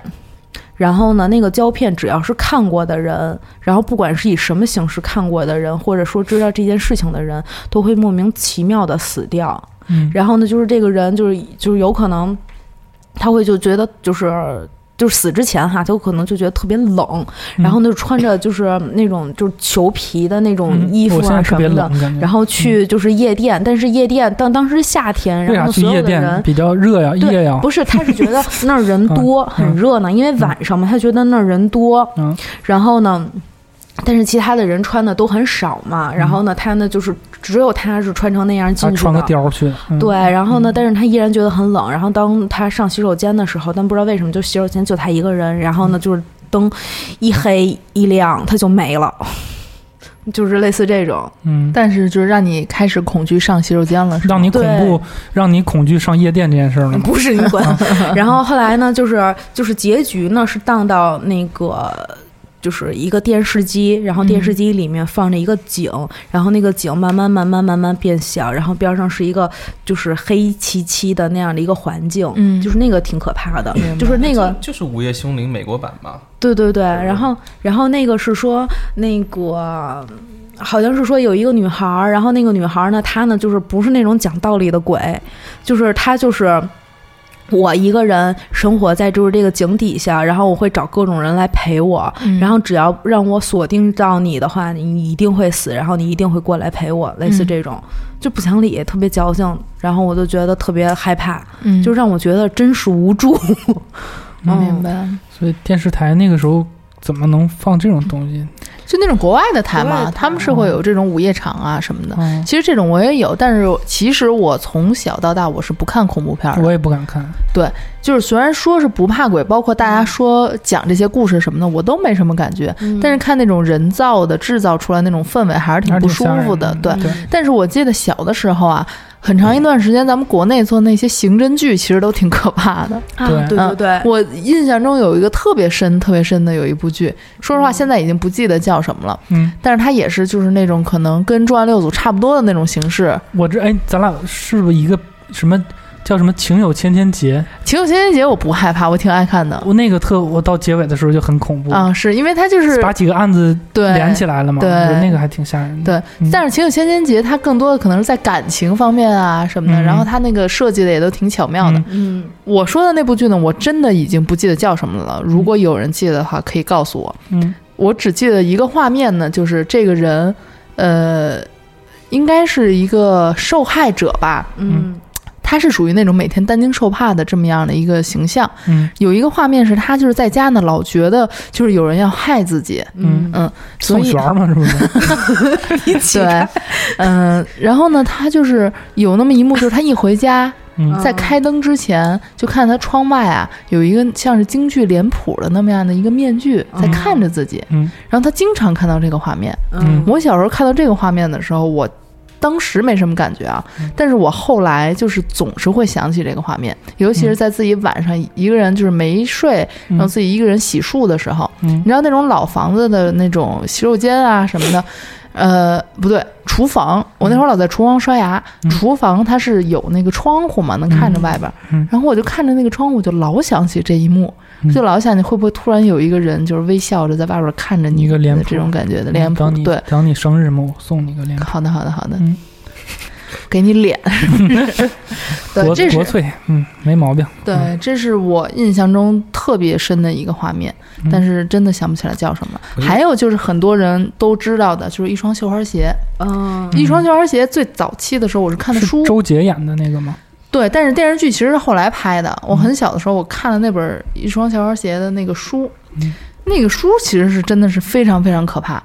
E: 然后呢，那个胶片只要是看过的人，然后不管是以什么形式看过的人，或者说知道这件事情的人，都会莫名其妙的死掉。
G: 嗯，
E: 然后呢，就是这个人就是就是有可能他会就觉得就是。就是死之前哈，他有可能就觉得特别冷，
G: 嗯
E: 然后呢穿着就是那种就是裘皮的那种
G: 嗯
E: 衣服
G: 我现
E: 啊
G: 在
E: 什
G: 特别
E: 么的，
G: 冷，感觉。
E: 然后去就是夜店，但是夜店当当时是夏天，
G: 嗯为
E: 然
G: 啥
E: 后
G: 去
E: 所
G: 夜
E: 有的
G: 店嗯
E: 人。
G: 比较热呀？
E: 对
G: 夜呀，
E: 不是，他是觉
G: (laughs)
E: 得那儿人多，很热闹，因为晚上嘛，他觉得那儿人多。
G: 嗯，
E: 然后呢，但是其他的人穿的都很少嘛。然后呢，他呢就是只有他是穿成那样进
G: 还
E: 去的。
G: 嗯啊穿个貂儿去的。嗯
E: 对，，然后呢，但是他依然觉得很冷。然后当他上洗手间的时候，但不知道为什么，就洗手间就他一个人。然后
G: 嗯
E: 呢，就是灯一黑一亮，他就没了， (laughs) 就是类似这种。
G: 嗯，
D: 但是就是让你开始恐惧上洗手间了，是吗
G: 让你恐
E: 对
G: 怖，让你恐惧上夜店这件事儿了吗？
E: (laughs) 不是你
D: (laughs)
E: 滚。然后后来呢，就是就是结局呢是荡到那个。就是一个电视机，然后电视机里面放着一个井，然后那个井慢慢慢慢慢慢变小，然后边上是一个就是黑漆漆的那样的一个环境，
D: 嗯
E: 就是那个挺可怕的
D: 明白，
E: 就是那个
H: 就是《午夜凶铃》美国版嘛，
E: 对对对，然后然后那个是说那个。好像是说有一个女孩儿，然后那个女孩儿呢，她呢就是不是那种讲道理的鬼，就是她就是我一个人生活在就是这个井底下，然后我会找各种人来陪我，
D: 嗯
E: 然后只要让我锁定到你的话，你一定会死，然后你一定会过来陪我，类
D: 嗯
E: 似这种、就不讲理，特别矫情，然后我就觉得特别害怕，
D: 嗯哦
E: 就让我觉得真是无助。
G: 嗯
E: (laughs)
D: 明白，
G: 所以电视台那个时候怎么能放这种东西？
D: 就那种国外的台
E: 国外
D: 嘛，
E: 的
D: 他们是会有这种午夜场啊什么的。
G: 嗯，
D: 其实这种我也有，但是其实我从小到大我是不看恐怖片的
G: 我，也不敢看。
D: 就是虽然说是不怕鬼，包括大
G: 嗯
D: 家说讲这些故事什么的，我都没什么感觉，
E: 嗯
D: 但是看那种人造的制造出来那种氛围还是挺
G: 还
D: 不
G: 是挺
D: 舒
G: 吓人
D: 服的，对
G: 的。嗯对
D: 但是我记得小的时候啊，很长一段时间，咱们国内做那些刑侦剧，其实都挺可怕的。
E: 啊
G: 对
E: 对对对，
G: 哎
D: (laughs) 我印象中有一个特别深、特别深的有一部剧，说实话现在已经不记得叫什么了，
G: 嗯，
D: 但是它也是就是那种可能跟《重案六组》差不多的那种形式，
G: 我这哎，咱俩是不是一个什么叫什么情有千千结？
D: 《情有千千结》我不害怕，我挺爱看的
G: 我那个特，我到结尾的时候就很恐怖，
D: 啊，是因为它就是
G: 把几个案子
D: 对
G: 连起来了嘛，
D: 对
G: 我觉得那个还挺吓人的。
D: 对，
G: 嗯
D: 但是《情有千千结》它更多的可能是在感情方面啊什么的，
G: 嗯
D: 然后它那个设计的也都挺巧妙的。
G: 嗯
E: 嗯。
D: 我说的那部剧呢，我真的已经不记得叫什么了，如果有人记得的话，可以告诉我。
G: 嗯
D: 我只记得一个画面呢，就是这个人，呃，应该是一个受害者吧，
E: 嗯
D: 他是属于那种每天担惊受怕的这么样的一个形象。
G: 嗯
D: 有一个画面是他就是在家呢，老觉得就是有人要害自己，
G: 嗯，
D: 嗯，所
G: 宋
D: 以
G: 璇嘛，是不
D: (laughs)
G: 是？
D: 对，嗯、然后呢，他就是有那么一幕，就是他一回家，
G: 嗯
D: 在开灯之前，就看他窗外啊，有一个像是京剧脸谱的那么样的一个面具在
G: 嗯
D: 看着自己，
G: 嗯
D: 然后他经常看到这个画面。
G: 嗯
D: 我小时候看到这个画面的时候，我当时没什么感觉啊
G: 嗯，
D: 但是我后来就是总是会想起这个画面，尤其是在自己晚上一个人就是没睡，然后
G: 嗯
D: 自己一个人洗漱的时候，
G: 嗯
D: 你知道那种老房子的那种洗手间啊什么的，呃，不对，厨房，我那会儿老在厨房刷牙，
G: 嗯
D: 厨房它是有那个窗户嘛，能看着外边儿，
G: 嗯
D: 然后我就看着那个窗户，就老想起这一幕，
G: 嗯
D: 就老想你会不会突然有一个人就是微笑着在外边儿看着你
G: 一个脸谱
D: 这种感觉的脸谱
G: 嗯等，你
D: 对。
G: 等你生日嘛，我送你个脸谱，
D: 好的，好的，好的，
G: 嗯
D: 给你
G: (laughs)
D: 脸，对，
G: 国
D: 这
G: 国
D: 是
G: 粹，嗯，没毛病。
D: 对，这是我印象中特别深的一个画面，
G: 嗯
D: 但是真的想不起来叫什么了。
H: 嗯
D: 还有就是很多人都知道的，就是一双绣花鞋，
E: 嗯
D: 一双绣花鞋最早期的时候我是看的
G: 是
D: 书，
G: 周杰演的那个吗？
D: 对，但是电视剧其实是后来拍的。我很小的时候，我看了那本《一双小花鞋》的那个书，
G: 嗯
D: 那个书其实是真的是非常非常可怕。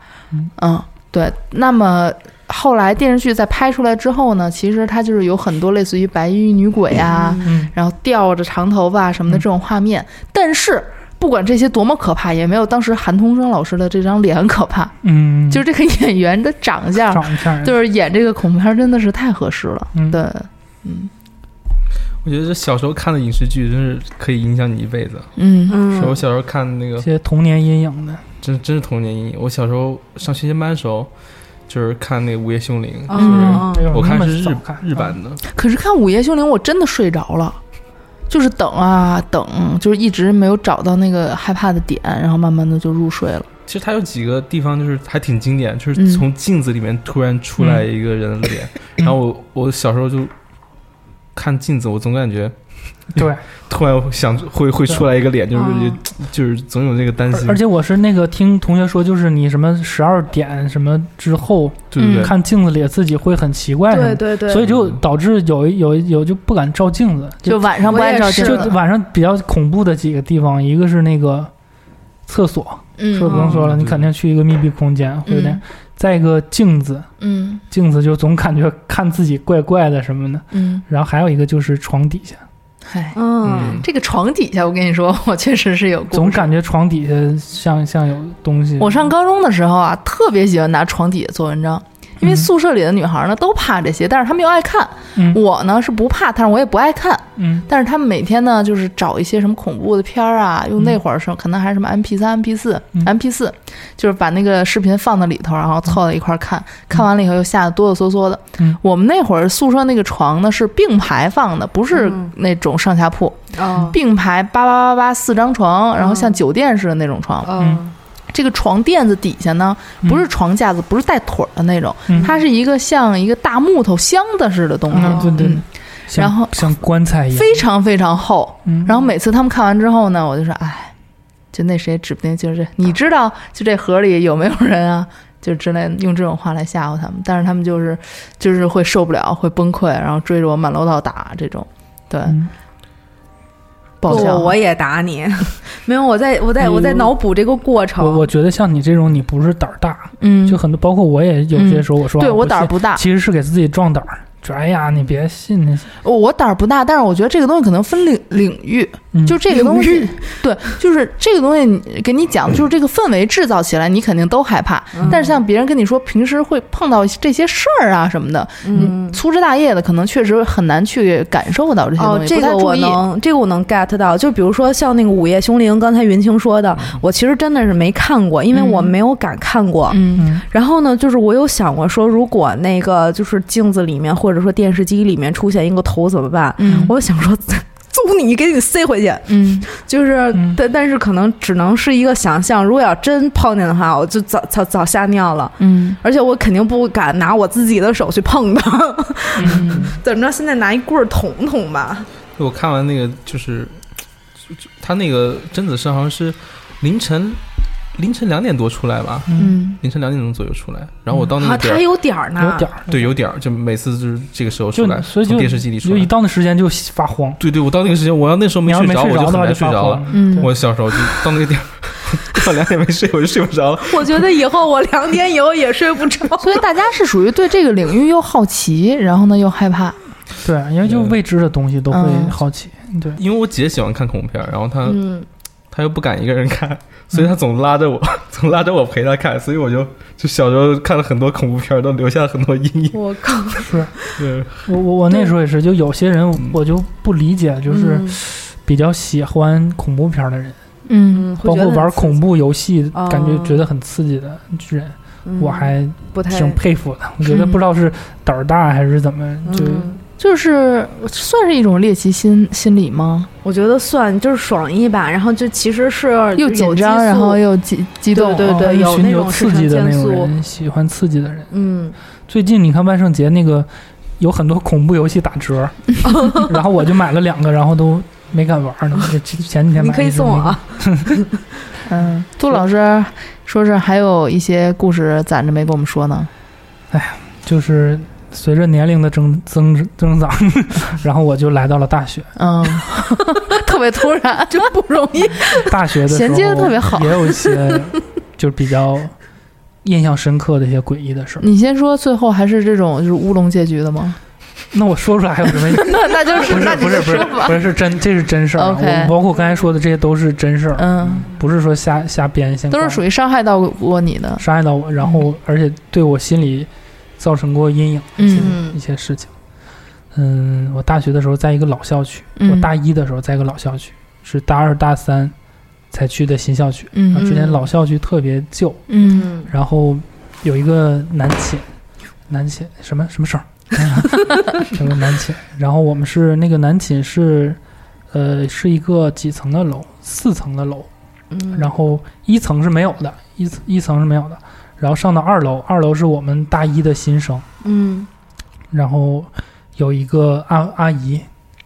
G: 嗯
D: 对。那么后来电视剧在拍出来之后呢，其实它就是有很多类似于白衣女鬼啊，
G: 嗯
D: 然后吊着长头发什么的
G: 嗯
D: 这种画面。但是不管这些多么可怕，也没有当时韩童生老师的这张脸可怕。
G: 嗯，
D: 就是这个演员的长相，
G: 长一下，
D: 就是演这个恐怖片儿真的是太合适了。
G: 嗯
D: 对，嗯
H: 我觉得这小时候看的影视剧真是可以影响你一辈子。
D: 嗯。
H: 是我
E: 嗯，
H: 小时候看那个
G: 一，些童年阴影的，
H: 真真是童年阴影。我小时候上学前班的时候，就是看那个《午夜凶铃》，
E: 嗯
G: 哎呦
H: 我看
G: 那么
H: 是
G: 早
H: 日
G: 看啊嗯
H: 日版的，
D: 可是看《午夜凶铃》，我真的睡着了，就是等啊等，就是一直没有找到那个害怕的点，然后慢慢的就入睡了。
H: 其实它有几个地方就是还挺经典，就
D: 嗯
H: 是从镜子里面突然出来
E: 嗯
H: 一个人的
E: (laughs)
H: 脸，然后我我小时候就看镜子，我总感觉
G: 对，
H: 突然想会会出来一个脸，就是
E: 哦
H: 就是总有这个担心
G: 而，而且我是那个听同学说，就是你什么十二点什么之后，
H: 对不对？
E: 嗯
G: 看镜子里自己会很奇怪什么
B: 对对
G: 的，
B: 对，
G: 所以就导致有有有就不敢照镜子，
D: 就晚上不爱照镜
G: 就
D: 子，
G: 晚上比较恐怖的几个地方，一个是那个厕所，
D: 嗯
G: 说不用说了，
H: 嗯
G: 你肯定去一个密闭空间会有点
D: 嗯。
G: 再一个镜子，
D: 嗯
G: 镜子就总感觉看自己怪怪的什么的。
D: 嗯，
G: 然后还有一个就是床底下，
D: 嗨，
E: 嗯
H: 嗯，
D: 这个床底下，我跟你说，我确实是有故事
G: 总感觉床底下像像有东西。
D: 我上高中的时候啊，特别喜欢拿床底下做文章，因为
G: 嗯
D: 宿舍里的女孩呢都怕这些，但是她们又爱看。
G: 嗯
D: 我呢是不怕，但是我也不爱看。
G: 嗯
D: 但是她们每天呢就是找一些什么恐怖的片儿啊，用那会儿是可能还是什么 MP 三、MP 四、
G: 嗯
D: MP 四，就是把那个视频放到里头，然后凑到一块儿看。看完了以后又吓得哆哆嗦嗦的。
G: 嗯
D: 我们那会儿宿舍那个床呢是并排放的，不是
E: 嗯
D: 那种上下铺，
E: 哦
D: 并排八八八八四张床，然后像
E: 嗯
D: 酒店似的那种床。
E: 哦，
D: 这个床垫子底下呢，
G: 嗯
D: 不是床架子，不是带腿儿的那种，
G: 嗯
D: 它是一个像一个大木头箱子似的东西，
G: 嗯对对对
D: 嗯，
G: 像
D: 然后
G: 像棺材一样。
D: 非常非常厚。
G: 嗯
D: 然后每次他们看完之后呢，我就说，哎，就那谁指不定就是你知道，就这盒里有没有人啊？ (laughs) 就之类的用这种话来吓唬他们，但是他们就是就是会受不了，会崩溃，然后追着我满楼道打这种，对，
G: 嗯
D: 爆
E: 不，
D: 笑。啊哎
E: 我也打你， (laughs) 没有，我在我在我在
G: 嗯
E: 脑补这个过程，
G: 我我觉得像你这种，你不是胆儿大，
D: 嗯，
G: 就很多，包括我也有些时候我说啊
D: 对
G: 我
D: 我
G: 不
D: 胆儿
G: 信
D: 不大，
G: 其实是给自己壮胆儿，就哎呀，你别信那些，
D: 我我胆儿不大，但是我觉得这个东西可能分领领域，
G: 嗯
D: 就这个东西， (laughs) 对，就是这个东西你，给你
E: (laughs)
D: 讲，就是这个氛围制造起来，你肯定都害怕。
E: 嗯
D: 但是像别人跟你说，平时会碰到这些事儿啊什么的，
E: 嗯。
D: 粗枝大叶的，可能确实很难去感受到这些
E: 哦
D: 东，西，
E: 这
D: 不太
E: 个
D: 注
E: 我
D: 意。
E: 能，这个我能 get 到。就比如说像那个《午夜凶铃》，刚才云清说的，我其实真的是没看过，因为我
D: 嗯
E: 没有敢看过。
D: 嗯
G: 嗯
E: 然后呢，就是我有想过说，如果那个就是镜子里面或者说电视机里面出现一个头怎么办？
D: 嗯
E: 我想说， (laughs) 揍你，给你塞回去。
D: 嗯
E: 就是，
G: 嗯
E: 但但是可能只能是一个想象。如果要真碰见的话，我就早早早吓尿了。
D: 嗯
E: 而且我肯定不敢拿我自己的手去碰它，
D: 嗯
E: (laughs) 怎么着？现在拿一棍儿捅捅吧。
H: 我看完那个就是，就就他那个贞子社好像是凌晨凌晨两点多出来吧，
D: 嗯，
H: 凌晨两点钟左右出来，然后我到那
E: 啊，
H: 个
E: 他
H: 点儿、
E: 还有点儿呢，
G: 嗯有点儿，
H: 啊对有点儿，就每次就是这个时候出
G: 就
H: 来，
G: 所以
H: 从
G: 就
H: 电视机里出
G: 就
H: 来
G: 一，到那时间就发慌，
H: 对对，我到那个时间，我要那时候
G: 你要
H: 睡
G: 没
H: 着，
G: 睡
H: 我
G: 着
H: 很
G: 的话
H: 难睡
G: 发
H: 着了。
G: 慌。
D: 嗯
H: 我小时候就到那个点儿，到两点没睡，我就睡不着
G: (laughs)
H: 了。
E: 我觉得以后我两点以后也睡不着。
D: 所以大家是属于对这个领域又好奇，然后呢又害怕，
G: 对，因为就未知的东西都会
D: 嗯
G: 好奇。对，
H: 因为我姐喜欢看恐怖片儿，然后她、
E: 嗯，
H: 她又不敢一个
G: (laughs)
H: 人看，所以她总拉着我， (laughs) 总拉着我陪她看，所以我就就小时候看了很多恐怖片儿，都留下了很多阴影。
E: 我靠，
G: 是
H: 对，
G: 我我我那时候也是，就有些
H: 嗯
G: 人我就不理解，就是
E: 嗯
G: 比较喜欢恐怖片儿的人，
D: 嗯，
E: 会
G: 包
E: 觉得
G: 括
E: 很
G: 玩
E: 刺激
G: 恐怖游戏
E: 哦
G: 感觉觉得很刺激的人，
E: 嗯
G: 我还
E: 不太
G: 挺佩服的。我觉得
D: 嗯
G: 不知道是胆儿大还是怎么，就
E: 嗯，
D: 就是算是一种猎奇心心理吗？
E: 我觉得算就是爽一把，然后就其实是
D: 又
E: 有
D: 紧
E: 激
D: 张，
E: 素
D: 然后又激激动，
E: 对
G: 哦
E: 对
G: 一
E: 有
G: 寻
E: 那
G: 求
E: 种
G: 刺
E: 肾
G: 激的
E: 上
G: 那
E: 腺
G: 种
E: 素
G: 人，喜欢刺激的人。
E: 嗯，
G: 最近你看万圣节那个有很多恐怖游戏打
E: (laughs)
G: 折，然后我就买了两个，然后都没敢玩呢。就前几天买
E: 你可以
G: 了一只
E: 送我
G: 那个
E: 啊，
D: 嗯，杜老师说是还有一些故事攒着没跟我们说呢。
G: 就是随着年龄的增增增长， (laughs) 然后我就来到了
E: (laughs)
G: 大学。
D: (laughs) 嗯，特别突然，真不容易。
G: 大学的时候
D: 衔接得特别好
G: 也有一些 (laughs) 就比较印象深刻的一些诡异的事儿。
D: (laughs) 你先说，最后还是这种就是乌龙结局的吗？
G: 那我说出来还有什么意义？
D: (laughs) 那那就
G: 不是
D: 那你
G: 不是
D: 就
G: 不是
D: 说吧
G: 不。是是真，这是真事儿啊。
D: OK
G: 我包括刚才说的这些都是真事儿，
D: 嗯，
G: 不是说瞎瞎编瞎
D: 都是
G: 挂
D: 属于嗯伤害到过你的。
G: 伤害到我，然后而且对我心里造成过阴影
D: 嗯
G: 一些事情。嗯，我大学的时候在一个老校区，
D: 嗯
G: 我大一的时候在一个老校区，是大二大三才啊去的新校区。然后
D: 嗯
G: 之前
E: 嗯
G: 老校区特别旧，
D: 嗯
G: 然后有一个男寝，男寝什么什 (laughs) 么事儿？有个男寝，然后我们是那个男寝是，呃，是一个几层的楼，四层的楼，
E: 嗯
G: 然后一层是没有的，一层一层是没有的，然后上到二楼，二楼是我们大一的新生，
E: 嗯
G: 然后有一个阿阿姨，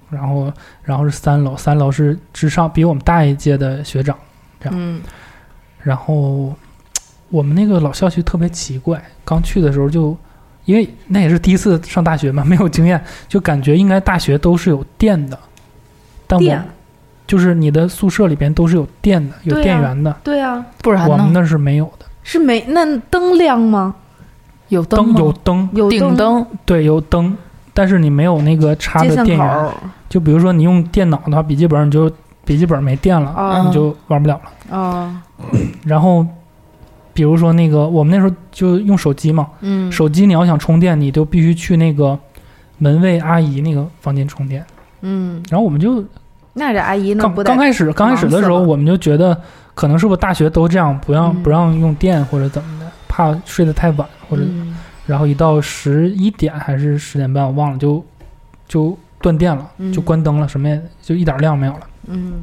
G: 然后然后是三楼，三楼是之上比我们大一届的学长，
E: 嗯
G: 然后我们那个老校区特别奇怪，刚去的时候就，因为那也是第一次上大学嘛，没有经验，就感觉应该大学都是有电的，但我
E: 电
G: 就是你的宿舍里边都是有电的，有
E: 对啊
G: 电源的，
E: 对啊，
D: 不然
G: 我们
D: 呢？
G: 那是没有的。
E: 是没那灯亮吗？
D: 有
G: 灯
D: 吗
G: 有灯，
E: 有
D: 顶灯，
G: 对，有灯，但是你没有那个插
E: 接
G: 的
E: 线
G: 电
E: 口
G: 源。就比如说你用电脑的话，笔记本你就笔记本没电了，
E: 啊
G: 你就玩不了了。
E: 啊
G: 然后，比如说那个我们那时候就用手机嘛，
E: 嗯
G: 手机你要想充电，你就必须去那个门卫阿姨那个房间充电。
E: 嗯，
G: 然后我们就
E: 那这阿姨那
G: 刚
E: 不得嗯
G: 刚开始刚开始的时
E: 忙
G: 候，
E: 死了
G: 我们就觉得可能是不是大学都这样，不让
E: 嗯
G: 不让用电或者怎么的，怕睡得太晚或者，
E: 嗯
G: 然后一到十一点还是十点半，我忘了就就断电了，
E: 嗯
G: 就关灯了，什么也就一点亮没有了。
E: 嗯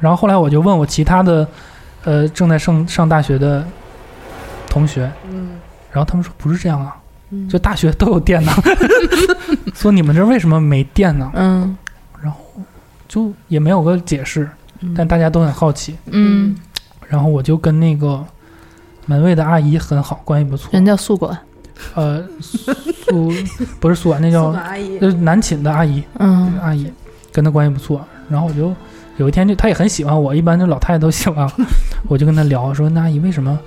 G: 然后后来我就问我其他的，呃，正在上上大学的同学，
E: 嗯
G: 然后他们说不是这样啊，
E: 嗯，
G: 就大学都有电呢，说你们这为什么没电呢？
D: 嗯
G: 就也没有个解释，
E: 嗯
G: 但大家都很好奇。
D: 嗯，
G: 然后我就跟那个门卫的阿姨很好，关系不错
D: (laughs) 人。叫宿管，
G: 呃，苏不是苏婉，那
E: 宿
G: 叫呃
E: 管阿姨
G: 就是南寝的阿姨，
D: 嗯
G: 阿姨跟她关系不错。然后我就有一天就她也很喜欢我，一般就老太太都喜欢我，我就跟她聊说，那阿姨为什么？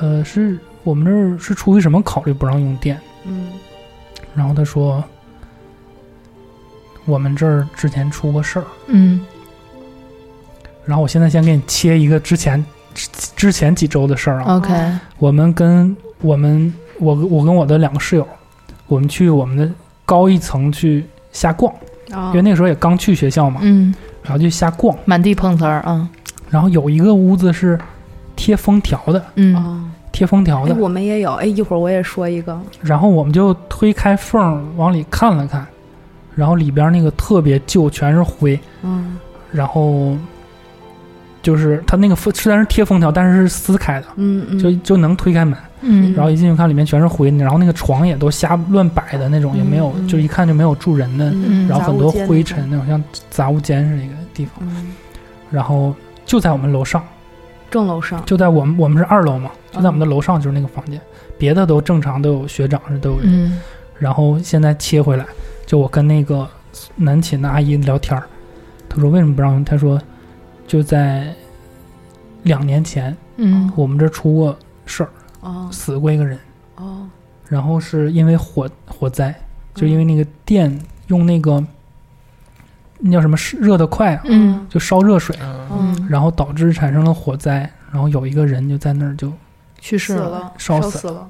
G: 呃，是我们这儿是出于什么考虑不让用电？
E: 嗯
G: 然后他说，我们这儿之前出过事儿，
D: 嗯
G: 然后我现在先给你切一个之前之之前几周的事
E: 嗯
G: 儿啊。
D: ，OK，
G: 我们跟我们我我跟我的两个室友，我们去我们的高一层去瞎逛，
E: 啊
G: 因为那个时候也刚去学校嘛，
D: 嗯，
G: 然后就瞎逛，
D: 满地碰瓷儿啊，
G: 然后有一个屋子是贴封条的，
D: 嗯
E: 啊，
G: 贴封条
E: 哎
G: 的，
E: 我们也有哎，一会儿我也说一个，
G: 然后我们就推开缝儿往里看了看，然后里边那个特别旧，全是灰。
E: 嗯
G: 然后就是它那个封虽然是贴封条，但是是撕开的，
E: 嗯嗯，
G: 就就能推开门。
D: 嗯
G: 然后一进去看，里面全是灰，然后那个床也都瞎乱摆的那种，也没有，
E: 嗯嗯
G: 就一看就没有住人的。
E: 嗯
G: 然后很多灰尘那种，像杂物间似的一个地方。
E: 嗯
G: 然后就在我们楼上，
E: 正楼上，
G: 就在我们我们是二楼嘛，就在我们的
E: 嗯
G: 楼上就是那个房间，别的都正常都有学长是都有人，
D: 嗯
G: 然后现在切回来，就我跟那个南寝的阿姨聊天儿，她说为什么不让？她说就在两年前，
D: 嗯
G: 我们这儿出过事儿，
E: 哦
G: 死过一个人，
E: 哦，
G: 然后是因为火火灾，就因为那个电用那个那叫什么热的快啊，
D: 嗯
G: 就烧热水，
D: 嗯，
G: 然后导致产生了火灾，然后有一个人就在那儿就
D: 去世
B: 死，了，
G: 烧
D: 烧
G: 死了，
D: 了，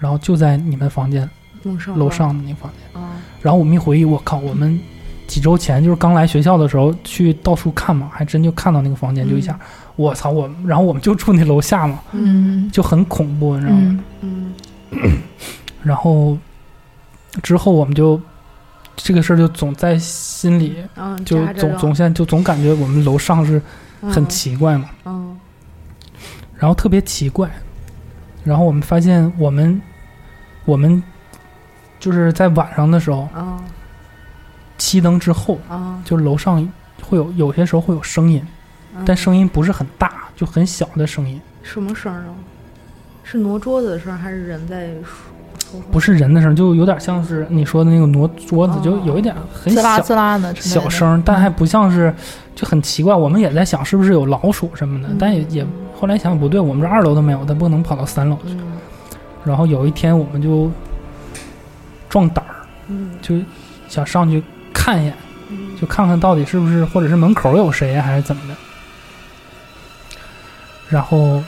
G: 然后就在你们房间
E: 楼上
G: 楼上的那个房间。
E: 啊，
G: 然后我们一回忆，我靠，我们几周前就是刚来学校的时候去到处看嘛，还真就看到那个房间，就一
E: 嗯
G: 下，我操，我然后我们就住那楼下嘛，
D: 嗯
G: 就很恐怖，你知道吗？
D: 嗯
E: 嗯
G: 然后之后我们就这个事儿就总在心里，
E: 嗯，
G: 就总总现在就总感觉我们楼上是很
E: 奇，
G: 奇怪嘛，
E: 嗯
G: 然后特别奇怪，然后我们发现我们我们就是在晚上的时候
E: 啊
G: 熄灯之后，
E: 啊，
G: 就楼上会有有些时候会有声音，但声音不是很大，就很小的声音，
E: 嗯什么声啊？是挪桌子的声，还是人在说？
G: 不是人的声，就有点像是你说的那个挪桌子，就有一点很
D: 滋啦
G: 小
D: 滋啦的之类的嗯
G: 小声，但还不像是，就很奇怪。我们也在想是不是有老鼠什么的，
D: 嗯
E: 嗯
G: 但也也后来想想不对，我们这二楼都没有，它不可能跑到三楼去。
E: 嗯
G: 然后有一天我们就壮胆儿，
E: 嗯
G: 就想上去看一眼，
E: 嗯，
G: 就看看到底是不是，或者是门口有谁啊还是怎么的。然后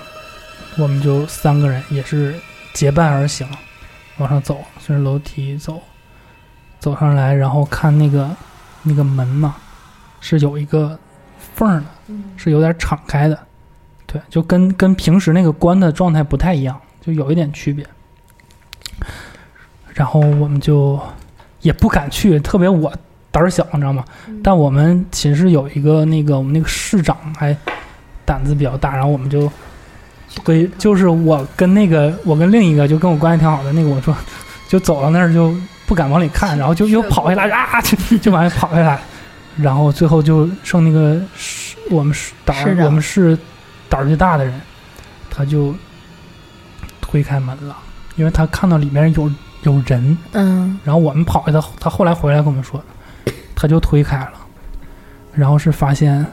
G: 我们就三个人也是结伴而行，往上走，顺着楼梯走，走上来，然后看那个那个门嘛，是有一个缝儿的，
E: 嗯
G: 是有点敞开的，对，就跟跟平时那个关的状态不太一样，就有一点区别。然后我们就也不敢去，特别我胆儿小，你知道吗？
E: 嗯
D: 嗯
G: 但我们寝室有一个那个我们那个市长还胆子比较大，然后我们就跟就是我跟那个我跟另一个就跟我关系挺好的那个我说就走到那儿就不敢往里看，然后就又跑回来啊，就就往外跑回来，然后最后就剩那个市我们市胆
D: 市
G: 儿
D: 长
G: 我们市胆儿最大的人，他就推开门了，因为他看到里面有有人，
D: 嗯
G: 然后我们跑回他，他后来回来跟我们说，他就推开了，然后是发现，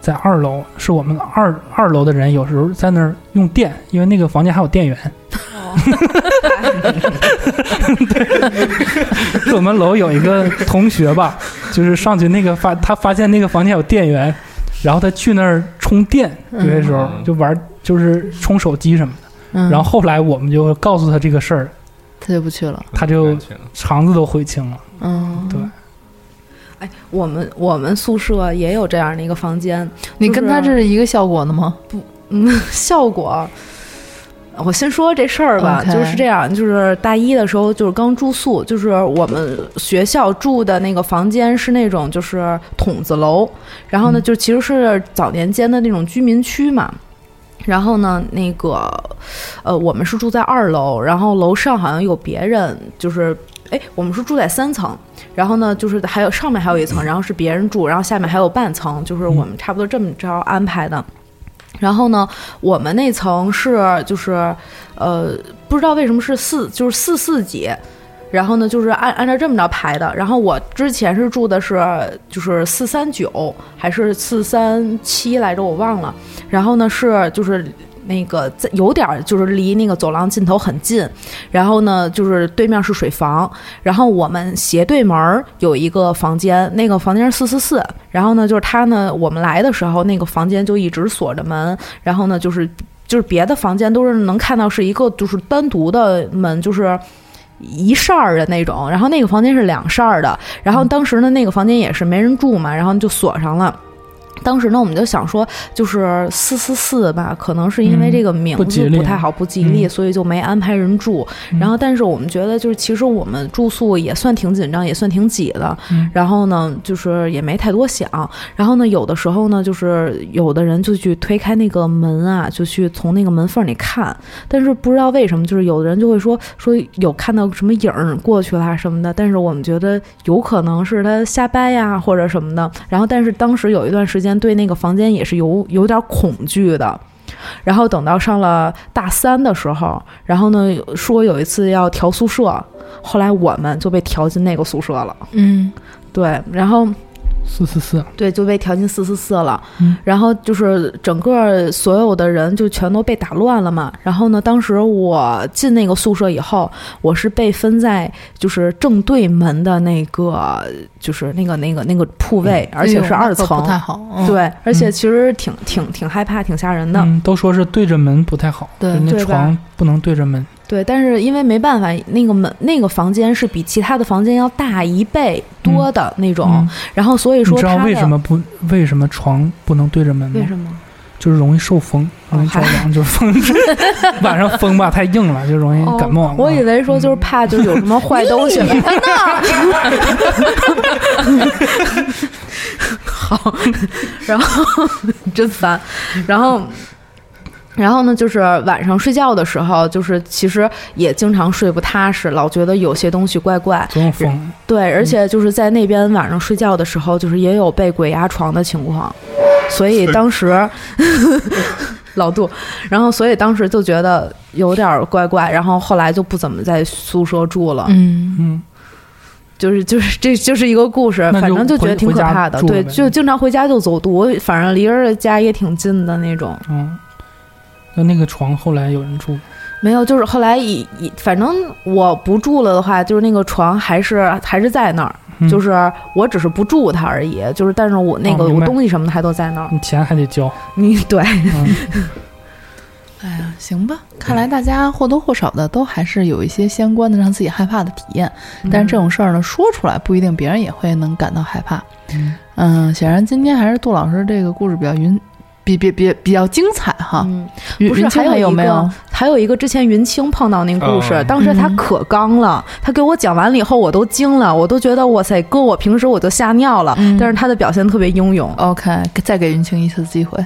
G: 在二楼是我们二二楼的人有时候在那儿用电，因为那个房间还有电源。对，我们楼有一个同学吧，就是上去那个发，他发现那个房间有电源，然后他去那儿充电，有些时候
H: 嗯
G: 就玩，就是充手机什么的。
D: 嗯，
G: 然后后来我们就告诉他这个事儿，
D: 他就不去了，
G: 他就肠子都悔青了。
D: 嗯，
G: 对，
E: 哎，我们我们宿舍也有这样的一个房间，
D: 你跟他这是一个效果的吗？
E: 嗯，效果。我先说这事儿吧
D: OK
E: 就是这样，就是大一的时候，就是刚住宿，就是我们学校住的那个房间是那种就是筒子楼，然后呢，
D: 嗯
E: 就其实是早年间的那种居民区嘛。然后呢，那个，呃，我们是住在二楼，然后楼上好像有别人，就是，哎，我们是住在三层，然后呢，就是还有上面还有一
D: 嗯
E: 层，然后是别人住，然后下面还有半层，就是我们差不多这么着安排的。然后呢，我们那层是就是，呃，不知道为什么是四，就是四四几。然后呢，就是按按照这么着排的。然后我之前是住的是就是四三九还是四三七来着，我忘了。然后呢是就是那个在有点儿就是离那个走廊尽头很近，然后呢就是对面是水房，然后我们斜对门儿有一个房间，那个房间是四四四。然后呢，就是他呢，我们来的时候那个房间就一直锁着门，然后呢就是。就是别的房间都是能看到是一个就是单独的门，就是一扇儿的那种，然后那个房间是两扇儿的，然后当时呢那个房间也是没人住嘛，然后就锁上了。当时呢，我们就想说，就是四四四吧，可能是因为
G: 嗯
E: 这个名
G: 不吉
E: 字
G: 利
E: 不太好，不吉利，
G: 嗯
E: 所以就没安排人住。
G: 嗯
E: 然后，但是我们觉得，就是其实我们住宿也算挺紧张，也算挺挤的。
G: 嗯
E: 然后呢，就是也没太多想。然后呢，有的时候呢，就是有的人就去推开那个门啊，就去从那个门缝里看。但是不知道为什么，就是有的人就会说说有看到什么影儿过去啦什么的。但是我们觉得有可能是他瞎掰呀或者什么的。然后，但是当时有一段时间对那个房间也是有有点恐惧的。然后等到上了大三的时候，然后呢说有一次要调宿舍，后来我们就被调进那个宿舍了。
D: 嗯，
E: 对，然后
G: 四四四，
E: 对就被调进四四四了。
G: 嗯
E: 然后就是整个所有的人就全都被打乱了嘛。然后呢，当时我进那个宿舍以后，我是被分在就是正对门的那个就是那个那个那个铺位，而且是
D: 哎呦
E: 二
D: 那可
E: 层
D: 不。太好。嗯
E: 对，而且其实挺挺挺害怕，挺吓人的。
G: 嗯，都说是对着门不太好，
D: 对
G: 就那
E: 对吧
G: 床不能对着门。
E: 对，但是因为没办法，那个门那个房间是比其他的房间要大一倍多的那种，
G: 嗯
E: 然后所以
G: 你
E: 说
G: 知道
E: 它
G: 为
E: 的
G: 什？么不为什么床不能对着门
E: 为
G: 吗？
E: 什么？
G: 就是容易受风，
E: 哦
G: 容易着凉，就是风
E: (laughs)
G: 晚上风吧太硬了，就嗯容易哎感冒。
E: 哦
G: 啊
E: 我以为说就是怕就是有什么坏东西。(laughs)
G: (laughs)
E: 好，然后 (laughs) 真烦，然后。然后呢，就是晚上睡觉的时候，就是其实也经常睡不踏实，老觉得有些东西怪怪。
G: 总有风，
E: 对，而且就是在那边晚上睡觉的时候，就是也有被鬼压床的情况，所以当时老杜，然后所以当时就觉得有点儿怪怪，然后后来就不怎么在宿舍住了，
D: 嗯，
G: 嗯，
E: (laughs) 就是就是这就是一个故事，
G: 那
E: 反
G: 就
E: 正就觉得挺可怕的，
G: 回回家
E: 对，
G: 住呗
E: 就经常回家就走读，反正离着家也挺近的那种。
G: 嗯，那那个床后来有人住，
E: 没有，就是后来以以，反正我不住了的话，就是那个床还是还是在那儿，
G: 嗯
E: 就是我只是不住它而已，就是但是我那个、
G: 哦明
E: 我
G: 白
E: 东西什么的还都在那儿。 (laughs)
G: 你钱还得交。
E: 你对，
G: 嗯，
D: 哎呀，行吧，看来大家或多或少的都还是有一些相关的让自己害怕的体验，
G: 嗯
D: 但是这种事儿呢，说出来不一定别人也会能感到害怕。
E: (laughs)
G: 嗯
D: 嗯，显然今天还是杜老师这个故事比较云，比比比比较精彩哈。
E: 嗯，
D: 云
E: 不是
D: 云清
E: 还有
D: 还有
E: 一
D: 没有
E: 个？还有一个之前云清碰到那个故事，
H: 哦
E: 当时他
D: 嗯
E: 可刚了，他给我讲完了以后，我都惊了，我都觉得哇塞，哥，我平时我就吓尿了，
D: 嗯
E: 但是他的表现特别英
G: 哦
E: 勇。
D: OK，再给云清一次机会。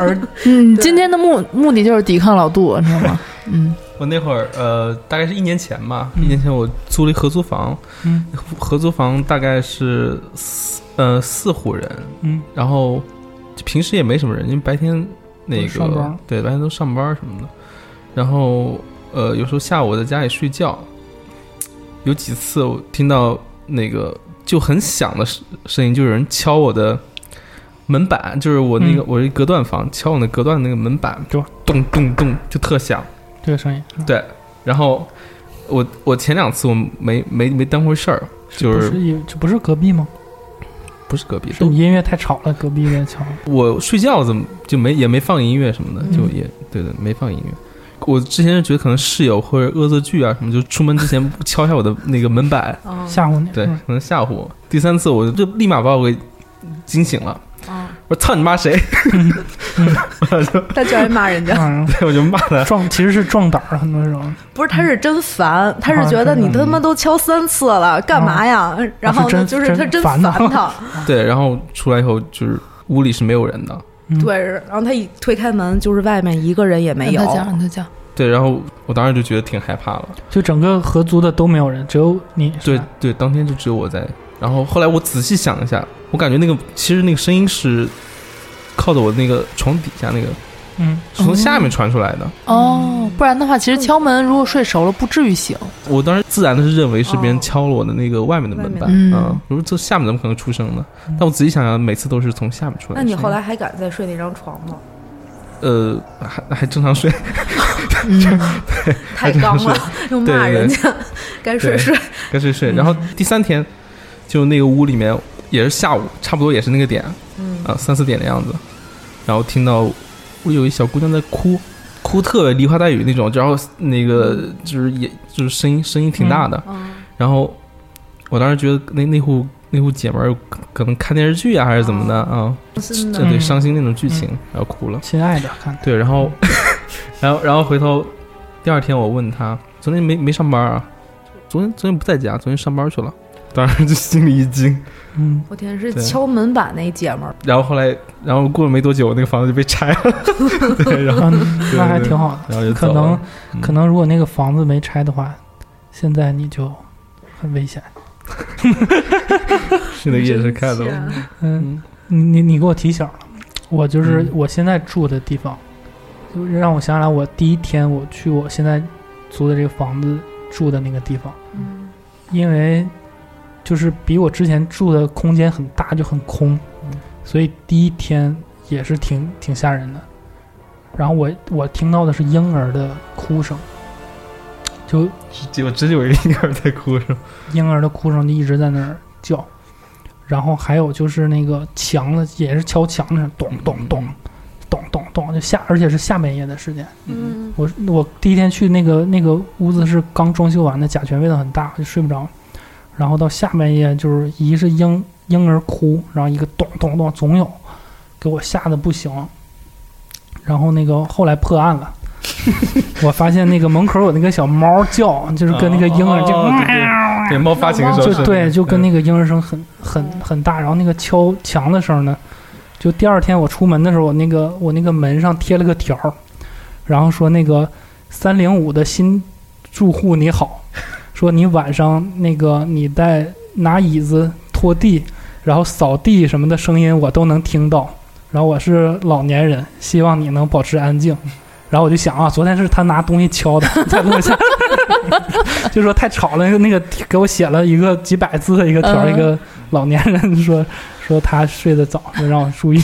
G: 而
D: 嗯，今天的目目的就是抵抗老杜，你知道 (laughs) 吗？嗯，
H: 我那会儿呃，大概是一年前吧，一年前我租了一合租房，
G: 嗯
H: 合租房大概是四呃四户人，
G: 嗯，
H: 然后就平时也没什么人，因为白天那
G: 都
H: 个
G: 上班
H: 对白天都上班什么的，然后呃有时候下午我在家里睡觉，有几次我听到那个就很响的声声音，就有人敲我的门板，就是我那个、
G: 嗯
H: 我是隔断房，敲我那隔断那个门板，
G: 就 (laughs)
H: 咚咚咚就特响。
G: 这个声音
H: 然后我我前两次我没没没当回事儿，就
G: 不
H: 是
G: 是也这不是隔壁吗？
H: 不是隔壁，
G: 是你音乐太吵了，隔壁在敲。
H: 我睡觉怎么就没也没放音乐什
G: 嗯
H: 么的，就也对对没放音乐。我之前是觉得可能室友或者恶作剧啊什么，就出门之前敲一下我的那个门板，
G: 吓唬你。
H: 对，
G: 嗯
H: 可能吓唬我。第三次我就立马把我给惊醒了，我说操你妈谁？ (laughs)
E: 他居然骂人家， (laughs)
G: 嗯，
H: 我就骂他，
G: 壮其实是壮胆儿，很多时候
E: 不是，他是真烦，他是
G: 啊
E: 觉得
G: 真
E: 你
G: 的
E: 他妈都敲三次了，干嘛呀？然后
G: 哦是
E: 呢，就
G: 真
E: 是他
G: 真
E: 真
G: 烦
E: 烦
G: 呐
E: 他，
H: 对，然后出来以后就是屋里是没有人的，
G: 嗯
E: 对，然后他一推开门，就是外面一个人也没有
D: 让。他讲，让他讲。
H: 对，然后我当时就觉得挺害怕了。
G: 就整个合租的都没有人，只有你。是啊
H: 对
G: 吧
H: 对，当天就只有我在。然后后来我仔细想一下，我感觉那个其实那个声音是靠着我那个床底下那个，
G: 嗯，
H: 是从下面传出来的。
D: 哦，不然的话，其实敲门如果睡熟了，不至于醒。
H: 我当时自然的是认为是别人敲了我的那个外面的门板，
D: 外面的
H: 嗯
D: 嗯，
H: 我说这下面怎么可能出声呢
G: 嗯？
H: 但我仔细想想，每次都是从下面出
E: 那
H: 来的声音。
E: 你后来还敢再睡那张床吗？
H: 呃还还正常睡，
D: 嗯
E: 太刚了，
H: (laughs)
E: 又骂人家， (laughs) 该睡睡。
H: 该睡睡。然后第三天，就那个屋里面也是下午，差不多也是那个点，
E: 嗯
H: 啊三四点的样子，然后听到我有一小姑娘在哭，哭特别梨花带雨那种，然后那个就是也就是声音声音挺大的，
E: 嗯，
H: 然后我当时觉得那那户那户姐们儿可可能看电视剧啊还是怎么的啊，
E: 真
H: 这
E: 的
G: 嗯
H: 对伤心那种剧情，然后哭了，
G: 亲爱的，看
H: 对，然后 (laughs) 然后然后回头第二天我问她，昨天没没上班啊，昨天昨天不在家，昨天上班去了，当时就心里一惊， (laughs)
G: 嗯，
E: 我天，是
H: 对
E: 敲门板那姐们儿，
H: 然后后来然后过了没多久，我那个房子就被拆了， (laughs) 对，然后。
G: 嗯
H: 对
G: 那还
H: 对
G: 挺好
H: 然后
G: 的。
H: 就
G: 可
H: 走
G: 能
H: 了嗯
G: 可能如果那个房子没拆的话，现在你就很危险。
H: 是那个夜市看的吗？
E: 啊
H: 嗯
G: 嗯，你你你给我提醒了，我就是我现在住的地方，就让我想起来我第一天我去我现在租的这个房子住的那个地方，
H: 嗯
G: 因为就是比我之前住的空间很大，就很空，所以第一天也是挺挺吓人的。然后我我听到的是婴儿的哭声，就
H: 结果真有一个婴儿在哭是吗？
G: 婴儿的哭声就一直在那儿叫，然后还有就是那个墙的也是敲墙那种咚咚咚咚咚咚，就下而且是下半夜的时间。
I: 嗯
G: 我我第一天去那个那个屋子是刚装修完的，甲醛味道很大，就睡不着。然后到下半夜就是一是婴婴儿哭，然后一个咚咚咚总有，给我吓得不行。然后那个后来破案了，我发现那个门口有那个小猫叫，就是跟那个婴儿就
H: 哦对对对猫发情的时候
G: 就对，就跟
H: 那
G: 那个婴儿声很很很大，然后那个敲墙的声呢，就第二天我出门的时候，我那个我那个门上贴了个条儿，然后说那个三零五的新住户你好，说你晚上那个你在拿椅子拖地，然后扫地什么的声音我都能听到，然后我是老年人，希望你能保持安静。然后我就想啊，昨天是他拿东西敲的，在楼下， (laughs) 就说太吵了。那个给我写了一个几百字的一个条儿，
D: 嗯
G: 一个老年人说说他睡得早，就让我注意。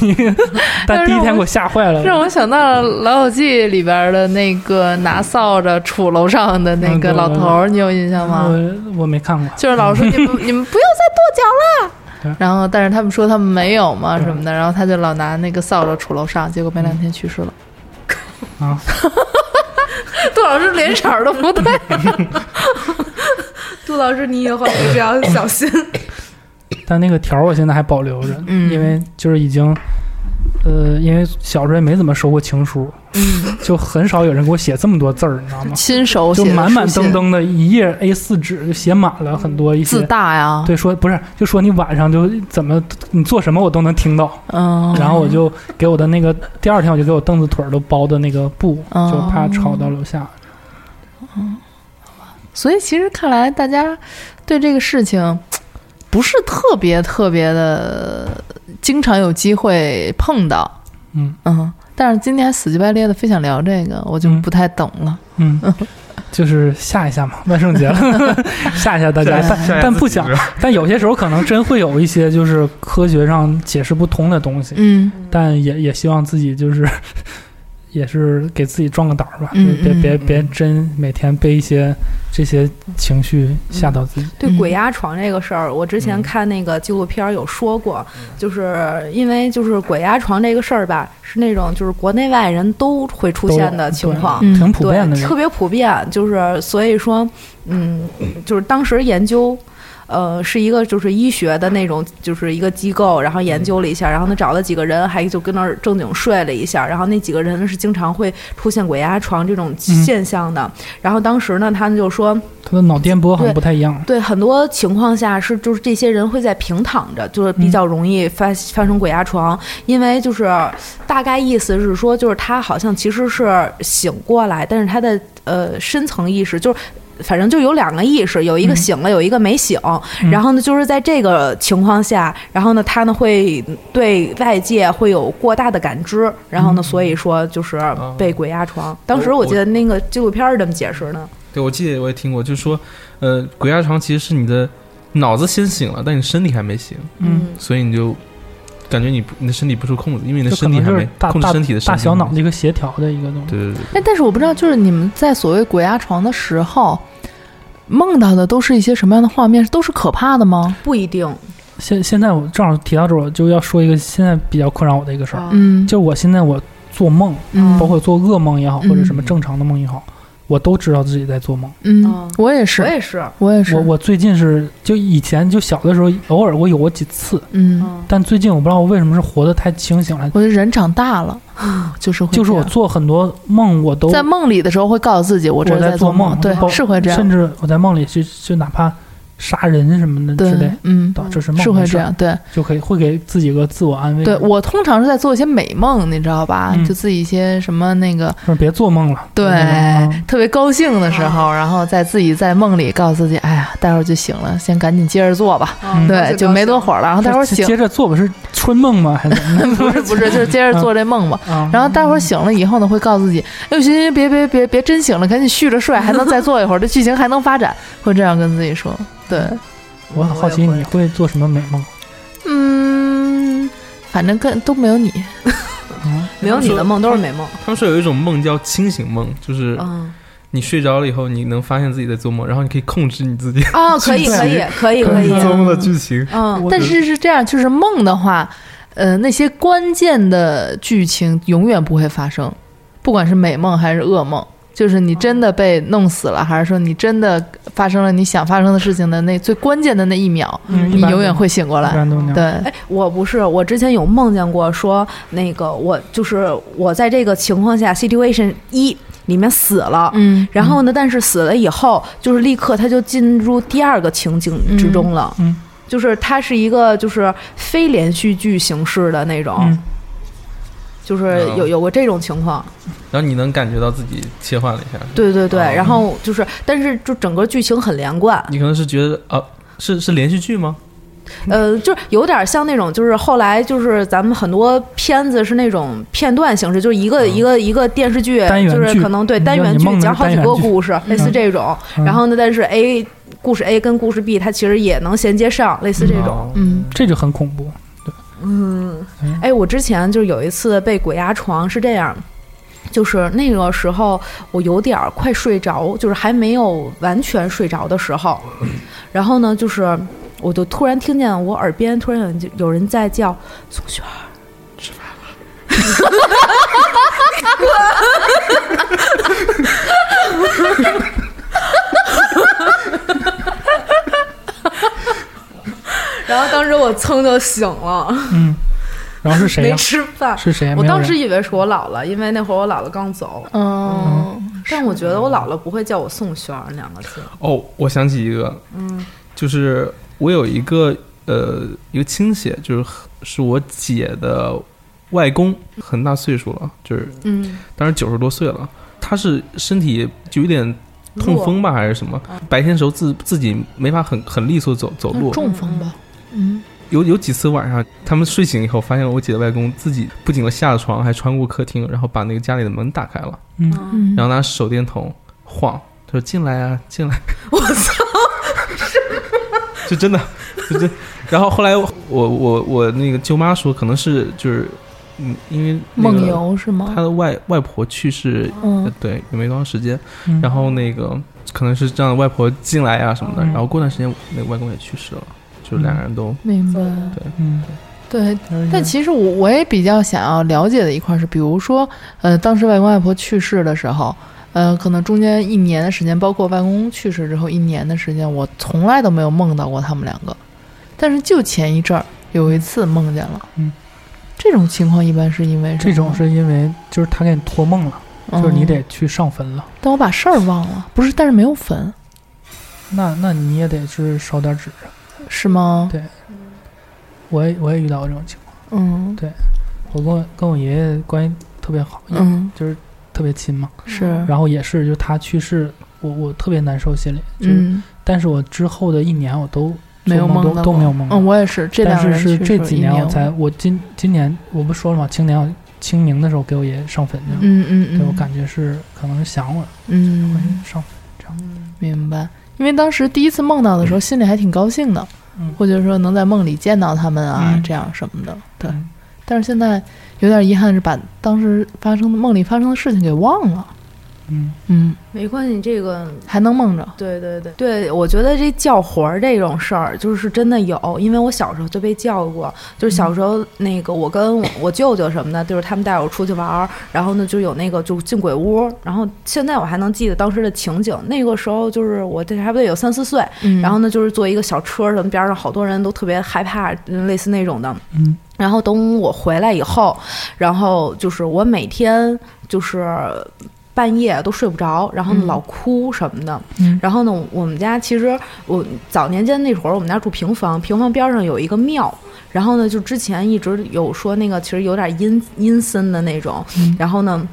G: 但第一天给我吓坏了，
D: (laughs) 让我想到了《老友记》里边的那个拿扫帚杵楼上的那个老头儿，你有印象吗？
G: 我我没看过，
D: 就是老说你们 (laughs) 你们不用再跺脚
G: 对
D: 了，然后但是他们说他们没有嘛什么的，然后他就老拿那个扫帚杵楼上，结果没两天去世了。
G: 啊，
D: (laughs) 杜老师脸色儿都不对，
E: 杜老师，你以后一定
H: (coughs)
E: 要小心。
H: 嗯
G: 但那个条儿我现在还保留着，
D: 嗯
G: 因为就是已经，呃，因为小时候也没怎么收过情书， (laughs) 就很少有人给我写这么多字儿，你知道吗？
D: (laughs) 亲手嗯写
G: 就
D: 的
G: 满满登
D: 书
G: 登的一页 A 4纸就写满了很多一
D: 信，字
G: 些。
D: 大呀，
G: 对，说不是，就说你晚上就怎么你做什么我都能听到，
D: 嗯，
G: 然后我就给我的那个第二天我就给我凳子腿儿都包的那个布，
D: 哦
G: 就怕吵到楼下。
D: 所以其实看来大家对这个事情不是特别特别的，经常有机会碰到，
G: 嗯
D: 嗯。但是今天死乞白咧的非想聊这个，我就
G: 嗯
D: 不太懂了。 (laughs)
G: 嗯，就是吓一吓嘛，万圣节了， (laughs) 吓一吓大家。
D: 吓一
G: 但
H: 吓
G: 但
H: 自
G: 不
H: 己
G: 想
H: 是，
G: (laughs) 但有些时候可能真会有一些就是科学上解释不通的东西，
D: 嗯
G: 但也也希望自己就是 (laughs) 也是给自己壮个胆儿吧，
D: 嗯
G: 别
D: 嗯
G: 别别真每天被一些这些情绪吓到自己。
E: 对
D: 嗯
E: 鬼压床这个事儿，我之
H: 嗯
E: 前看那个纪录片儿有说过，就是因为就是鬼压床这个事儿吧，是那种就是国内外人都会出现的情况，
D: 嗯
G: 挺普
E: 对，
G: 遍的这
E: 特
G: 个。
E: 别普遍。就是所以说，嗯，就是当时研究，呃，是一个就是医学的那种，就是一个机构，然后研究了一下，然后呢找了几个人，还就跟那儿正经睡了一下，然后那几个人是经常会出现鬼压床这
G: 嗯
E: 种现象的。然后当时呢，他们就说。
G: 他的脑电波好像
E: 对
G: 不太一样。
E: 对，很多情况下是就是这些人会在平躺着，就是比较容易发、发生鬼压床，因为就是大概意思是说，就是他好像其实是醒过来，但是他的呃深层意识就是。反正就有两个意识，有一个醒了，有一个没醒。
G: 嗯
E: 然后呢，就是在这个情况下，然后呢，他呢会对外界会有过大的感知，然后呢，所以说就是被鬼压床。当时我记得那个纪录片是这么解释的。
H: 对，我记得我也听过，就是说，呃，鬼压床其实是你的脑子先醒了，但你身体还没醒，
G: 嗯，
H: 所以你就感觉你不你的身体不受控制，因为
E: 嗯
H: 你的
G: 就可
H: 身体
G: 能
H: 还
G: 就
H: 没
G: 是大
H: 控制
G: 大
H: 身体的神
G: 大
H: 经
G: 小脑的一个协调的一个东西。
H: 对对对对，
D: 哎，但是我不知道，就是你们在所谓鬼压床的时候，梦到的都是一些什么样的画面？都是可怕的吗？
E: 不一定，
G: 现现在我正好提到这儿，我就要说一个现在比较困扰我的一个
E: 哦啊
G: 事儿，
D: 嗯，
G: 就我现在我做梦，
D: 嗯
G: 包括做噩梦也好，
D: 嗯
G: 或者什么正常的梦也好，我都知道自己在做梦。
D: 嗯
E: 嗯，
D: 我也是
E: 我，也是。
D: 我也是，
G: 我我最近是就以前就小的时候偶尔我有过几次，
D: 嗯，
E: 嗯
G: 但最近我不知道我为什么是活得太清醒了，
D: 我觉得人长大了，就是会
G: 就是
D: 这
G: 我
D: 样
G: 做很多梦我都
D: 在梦里的时候会告诉自己，我这
G: 我
D: 是
G: 在
D: 做
G: 梦，
D: 对，
G: 包
D: 是会这样，
G: 甚至我在梦里就就哪怕杀人什么的之类
D: 对，，嗯，
G: 啊，这是
D: 是
G: 梦
D: 会
G: 的事
D: 这
G: 儿，
D: 样，对。
G: 就可以会给自己个自我安慰，
D: 对，我通常是在做一些美梦，你知道吧？
G: 嗯
D: 就自己一些什么那个，
G: 说别做梦啊了，
D: 对，
G: 嗯
D: 特别高兴的时候，然后再自己在梦里告诉自己，哎呀，待会儿就醒了，先赶紧接着做吧。
G: 嗯
D: 对，就没多
E: 儿。
D: 会儿了，然后待会儿
G: 是
D: 醒，
G: 接着做吧，是春梦吗？
D: (laughs)
G: 还是怎么着
D: 不是不是，就是接着做这梦吧。
G: 啊？
D: 然后待会儿醒了以后呢，会告诉自己，哎呦，行行，别别别别真醒了，赶紧续着睡，还能再做一会儿，这剧情还能发展，会这样跟自己说。对，
G: 我很好奇你会做什么美梦？
D: 嗯，反正跟都没有你，
G: 嗯，
E: 没有你的梦都是美梦。
H: 他们说有一种梦叫清醒梦，就是
D: (laughs)
E: 嗯
H: 你睡着了以后，你能发现自己在做梦，然后你可以控制你自己
E: 哦，可以
H: 剧情
E: 可以可以可以，
H: (laughs) 做梦的剧情。
E: 嗯，
D: 但是是这样，就是梦的话，呃，那些关键的剧情永远不会发生，不管是美梦还是噩梦，就是你真的被弄死了，还是说你真的发生了你想发生的事情的那最关键的那一秒，
G: 嗯
D: 你永远会醒过
G: 一
D: 来。
G: 般都那样。
D: 对，
E: 哎，我不是，我之前有梦见过说那个我就是我在这个情况下 situation 一里面死了。
D: 嗯，
E: 然后呢？但是死了以后，就是立刻他就进入第二个情景之中了。
G: 嗯嗯
E: 就是它是一个就是非连续剧形式的那种，
G: 嗯
E: 就是
G: 啊
E: 有有过这种情况。
H: 然后你能感觉到自己切换了一下，
E: 对对对。
G: 啊
H: 哦
E: 然后就是，但是就整个剧情很连贯。
H: 你可能是觉得啊，是是连续剧吗？
G: 嗯
E: 呃，就是有点像那种，就是后来就是咱们很多片子是那种片段形式，就是一个、一个一个电视剧，
G: 嗯单元
E: 就是
G: 剧
E: 可能对
G: 你
E: 单
G: 让
E: 元
G: 你
E: 剧
G: 梦的
E: 讲
G: 是
E: 好
G: 单
E: 几
G: 元
E: 个
G: 剧
E: 故事，类似这种。
G: 嗯
E: 然后呢，但是 A 故事 A 跟故事 B 它其实也能衔接上，类似这种。
H: 哦
D: 嗯，
G: 这就很恐怖。
E: 哎，我之前就是有一次被鬼压床，是这样。就是那个时候，我有点儿快睡着，就是还没有完全睡着的时候。然后呢，就是我就突然听见我耳边突然有人就有人在叫宋雪儿， (laughs) 然后当时我噌就醒了，
G: 嗯，然后是谁
E: 没
G: 呀？
E: 吃饭。
G: 是谁呀？
E: 我
G: 没有
E: 当
G: 人
E: 时以为是我姥姥，因为那会儿我姥姥刚走，
D: 嗯，
E: 但我觉得我姥姥不会叫我宋轩儿两个字。
H: 哦，我想起一个，嗯，就是我有一个呃一个亲戚，就是是我姐的外公，很大岁数了，就是
E: 嗯，
H: 当时九十多岁了，他是身体就有点痛风吧还是什么，白天时候自自己没法很很利索走走路，
D: 中风吧，嗯，
H: 有有几次晚上，他们睡醒以后，发现我姐的外公自己不仅下了床，还穿过客厅，然后把那个家里的门打开了，
G: 嗯，
D: 嗯
H: 然后拿手电筒晃，他说：“进来啊，进来！”
E: (laughs) 我操！
H: 就真的，就真。然后后来我我我我那个舅妈说，可能是就是，嗯，因为、那个、
D: 梦游是吗
H: 他？的外外婆去世，
D: 嗯
H: 呃对，也没多长时间。
G: 嗯
H: 然后那个可能是让外婆进来呀、什么的。
G: 嗯
H: 然后过段时间，那个外公也去世了，就是两个人都
D: 明白，
G: 嗯，
D: 对，
G: 就是
D: 但其实我我也比较想要了解的一块是，比如说，呃，当时外公外婆去世的时候，呃，可能中间一年的时间，包括外公去世之后一年的时间，我从来都没有梦到过他们两个。但是就前一阵儿有一次梦见了，
G: 嗯，
D: 这种情况一般是因为什么
G: 这种，是因为就是他给你托梦了，
D: 嗯
G: 就是你，得去上坟了。
D: 但我把事儿忘了，不是，但是没有坟，
G: 那那你也得是烧点纸啊。
D: 是吗？
G: 对我也我也遇到过这种情况，
D: 嗯
G: 我跟我跟我爷爷关系特别好，
D: 嗯，
G: 就是特别亲嘛。
D: 是，
G: 然后也是，就他去世，我我特别难受，心里。就是、
D: 嗯，
G: 但是我之后的一年我都
D: 没有
G: 做
D: 梦
G: 梦
D: 到
G: 都都
D: 过
G: 没有梦到。
D: 嗯，我也是，这
G: 但
D: 两个
G: 是
D: 人
G: 是
D: 去
G: 这
D: 世
G: 几
D: 一
G: 年我
D: 年
G: 才，我今今年我不说了吗？清明清明的时候给我爷爷上坟去了，
D: 嗯嗯嗯，
G: 对我感觉是可能是想我了，我
D: 嗯。
G: 上坟这样。
D: 明白，因为当时第一次梦到的时候，心里还挺高兴的，
G: 嗯
D: 或者说能在梦里见到他们啊，
G: 嗯
D: 这样什么的。对，
G: 嗯
D: 但是现在有点遗憾，是把当时发生的梦里发生的事情给忘了。
G: 嗯，
D: 嗯，
E: 没关系，这个
D: 还能梦着。
E: 对对对对，我觉得这叫魂儿这种事儿，就是真的有，因为我小时候就被叫过，就是小时候那个我跟我我舅舅什么的，就是他们带我出去玩儿，然后呢就有那个就进鬼屋，然后现在我还能记得当时的情景，那个时候就是我这还不得有三四岁，
D: 嗯，
E: 然后呢就是坐一个小车什么，边上好多人都特别害怕，嗯类似那种的，
G: 嗯。
E: 然后等我回来以后，然后就是我每天就是半夜都睡不着，然后呢老哭什么的。
D: 嗯
E: 然后呢，我们家其实我早年间那会儿，我们家住平房，平房边上有一个庙。然后呢，就之前一直有说那个其实有点阴阴森的那种。然后呢。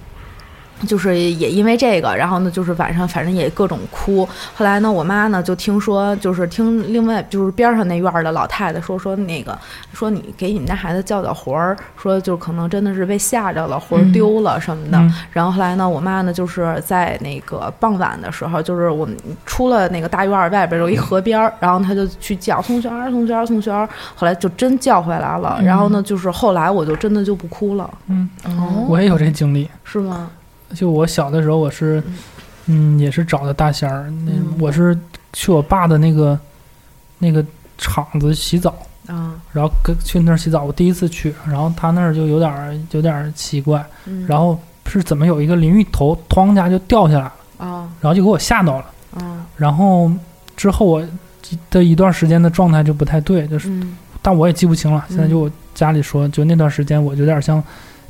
E: 就是也因为这个，然后呢，就是晚上反正也各种哭。后来呢，我妈呢就听说，就是听另外就是边上那院儿的老太太说说那个说你给你们家孩子叫叫魂儿，说就可能真的是被吓着了，魂儿丢了什么的。
G: 嗯
E: 然后后来呢，我妈呢就是在那个傍晚的时候，就是我们出了那个大院儿外边有一河边儿，然后她就去叫宋璇儿、宋璇儿、宋璇儿，后来就真叫回来了。然后呢，就是后来我就真的就不哭了，
G: 嗯，
E: 哦，
G: 我也有这经历。
E: 是吗？
G: 就我小的时候，我是，嗯，也是找的大仙儿。那
E: 嗯
G: 我是去我爸的那个那个厂子洗澡，
E: 啊，
G: 然后跟去那儿洗澡，我第一次去，然后他那儿就有点儿有点儿奇怪，
E: 嗯，
G: 然后是怎么有一个淋浴头哐一下就掉下来了，
D: 哦
E: 啊
G: 然后就给我吓到了。
E: 啊
G: 然后之后我的一段时间的状态就不太对，就是
E: 嗯
G: 但我也记不清了。现
D: 嗯
G: 在就我家里说，就那段时间我就有点像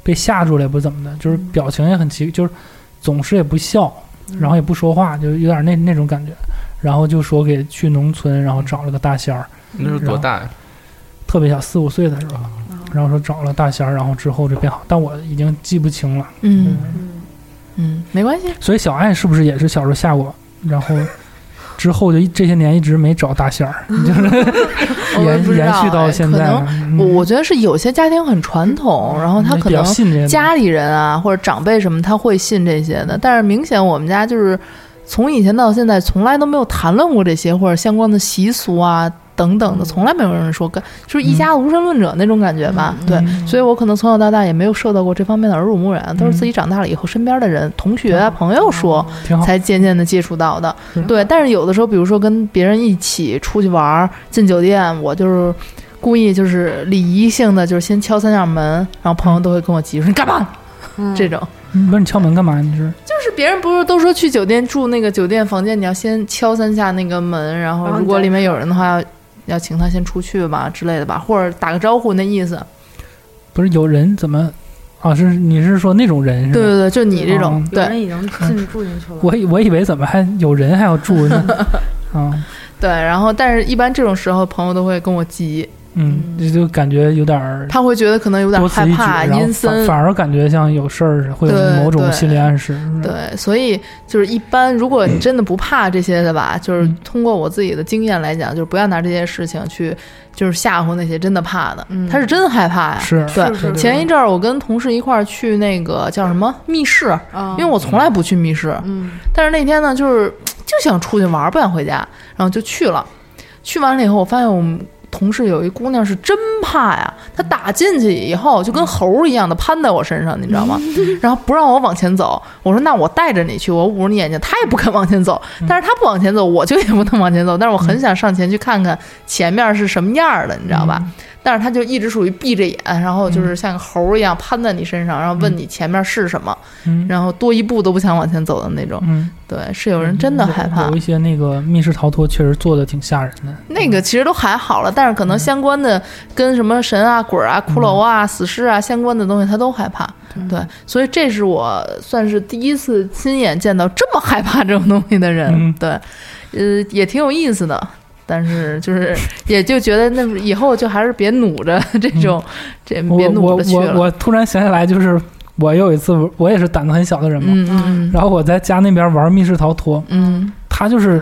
G: 被吓住了，也不怎么的，
D: 嗯
G: 就是表情也很奇，就是总是也不笑，然后也不说话，就有点那那种感觉。然后就说给去农村，然后找了个大仙儿，
D: 嗯
H: 那时候多大呀？
G: 特别小，四五岁的时候，
D: 哦
G: 然后说找了大仙儿，然后之后就变好，但我已经记不清了。
D: 嗯嗯，没关系，
G: (laughs) 所以小爱是不是也是小时候吓过？然后之后就一这些年一直没找大仙
D: (laughs)
G: 儿，
D: 我也
G: 延
D: 不知道
G: 延续到
D: 哎
G: 现
D: 可
G: 在
D: 能
G: 了。嗯
D: 我我觉得是有些家庭很传统，然后他可
G: 比较
D: 能
G: 信这些东西
D: 家里人啊或者长辈什么他会信这些的，但是明显我们家就是从以前到现在从来都没有谈论过这些或者相关的习俗啊等等
G: 嗯
D: 的，从来没有人说跟就是一家无神论者那种感觉
G: 嗯
D: 吧，对。所以我可能从小到大也没有受到过这方面的耳濡目染，都是自己长大了以后身边的人、同学啊、朋友说，
G: 挺好。
D: 才渐渐的接触到的
G: 嗯。
D: 对，哦但是有的时候，比如说跟别人一起出去玩儿，进酒店，我就是故意就是礼仪性的，就是先敲三下门，然后朋友都会跟我急说你干嘛？这种
G: 嗯不是你敲门干嘛？你是
D: 就是别人不是都说去酒店住那个酒店房间，你要先敲三下那个门，然后
J: 然后
D: 如果
J: 你再
D: 里面有人的话，要要请他先出去吧之类的吧，或者打个招呼那意思。
G: 不是有人怎么啊？是你是说那种人是吧？
D: 对哦对对，就你这种
G: 嗯
D: 对
E: 有。人已经进住进去了，
G: 我以我以为怎么还有人还要住
D: (laughs)
G: 呢？啊，
D: 对，然后但是一般这种时候，朋友都会跟我急，
G: 嗯，这就感觉有点儿
D: 他会觉得可能有点
G: 嗯多
D: 害
G: 此一举，
D: 怕、
G: 然后
D: 阴森
G: 反，反而感觉像有事儿，会
D: 对
G: 有某种
D: 对
G: 心理暗示。
D: 对，所以就是一般，如果你真的不怕这些的吧，就是
G: 嗯
D: 通过我自己的经验来讲，就是不要拿这些事情去就是吓唬那些真的怕的，
E: 嗯
D: 他是真的害怕呀。
G: 是
D: 对
E: 是是
D: 前一阵儿我跟同事一块儿去那个叫什么密室，
E: 啊
D: 哦因为我从来不去密室，
E: 嗯
D: 但是那天呢，就是就想出去玩儿，不想回家，然后就去了。去完了以后，我发现我们同事有一姑娘是真怕呀，她打进去以后就跟猴儿一样的攀在我身上，你知道吗？然后不让我往前走，我说那我带着你去，我捂着你眼睛，她也不肯往前走，但是她不往前走，我就也不能往前走，但是我很想上前去看看前面是什么样儿的，你知道吧？但是她就一直属于闭着眼，然后就是像个猴儿一样攀在你身上，然后问你前面是什么，
G: 嗯
D: 然后多一步都不想往前走的那种。
G: 嗯，
D: 对，是有人真的害怕
G: 有，一些那个密室逃脱确实做的挺吓人的。
D: 那个其实都还好了，但是可
G: 嗯
D: 能相关的跟什么神啊、鬼啊、骷髅啊、死尸啊相关的东西，他都害怕。对，所以这是我算是第一次亲眼见到这么害怕这种东西的人。
G: 嗯
D: 对，呃，也挺有意思的。但是就是， (laughs) 也就觉得那以后就还是别努着这种，这
G: 我
D: 别努
G: 我
D: 着去
G: 嗯我
D: 了。
G: 我突然想起来，就是我有一次，我也是胆子很小的人嘛，
D: 嗯嗯
G: 然后我在家那边玩密室逃脱，
D: 嗯，
G: 他就是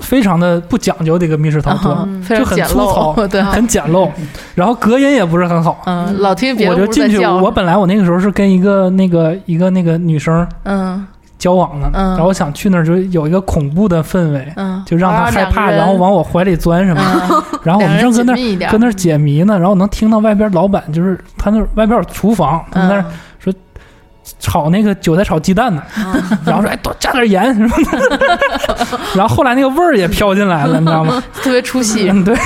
G: 非常的不讲究的一个密室逃脱，
D: 嗯非
G: 就
D: 常
G: 很
D: 简
G: 粗糙
D: 陋， (laughs) 对，
G: 很简陋，然后隔音也不是很好。
D: 嗯，老听别
G: 我
D: 的
G: 就
D: 屋在
G: 进去，
D: 叫，
G: 我本来我那个时候是跟一个那个一个那个女生
D: 嗯
G: 交往呢，
D: 嗯
G: 然后我想去那儿就有一个恐怖的氛围，
D: 嗯，
G: 就让她
D: 啊
G: 害
D: 两个
G: 怕，
D: 人
G: 然后往我怀里钻什么的。
D: 嗯
G: 然啊后我们正跟那
D: 两个人紧密一点
G: 儿跟那儿解谜呢，然后我能听到外边老板就是他那儿外边有厨房，他们在那儿
D: 嗯
G: 炒那个韭菜炒鸡蛋呢，然后说哎多加点盐什么的， (laughs) 然后后来那个味儿也飘进来了，你知道吗？
D: 特别出戏。
G: 嗯，对，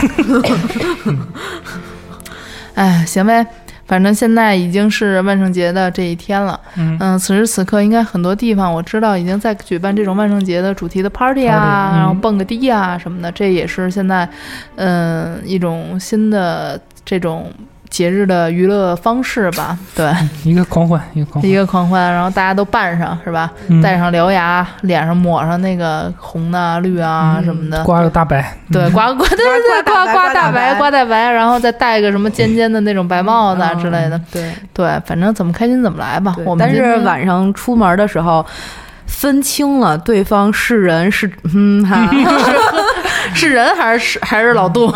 D: 哎，行呗，反正现在已经是万圣节的这一天了。
G: 嗯
D: 嗯，此时此刻，应该很多地方我知道已经在举办这种万圣节的主题的 party 啊，
G: Party，嗯
D: 然后蹦个迪呃啊什么的，这也是现在，嗯、一种新的这种节日的娱乐方式吧。对，
G: 一个狂欢，一个狂欢
D: 一，个狂欢，然后大家都扮上是吧？
G: 嗯
D: 戴上獠牙，脸上抹上那个红的、绿啊
G: 嗯
D: 什么的。
G: 刮个大白，嗯
D: 对，刮刮对对对，
B: 刮刮
D: 刮刮
B: 大
D: 大
B: 白
D: 白，刮大白，然后再戴个什么尖尖的那种白帽子啊之类的。
C: 对，
D: 对，反正怎么开心怎么来吧。啊我们
C: 但
D: 今
C: 是
D: 天
C: 晚上出门的时候。分清了对方是人是嗯
D: (laughs)
C: 哈， (laughs)
D: 是人还是是还是老 (laughs) 杜？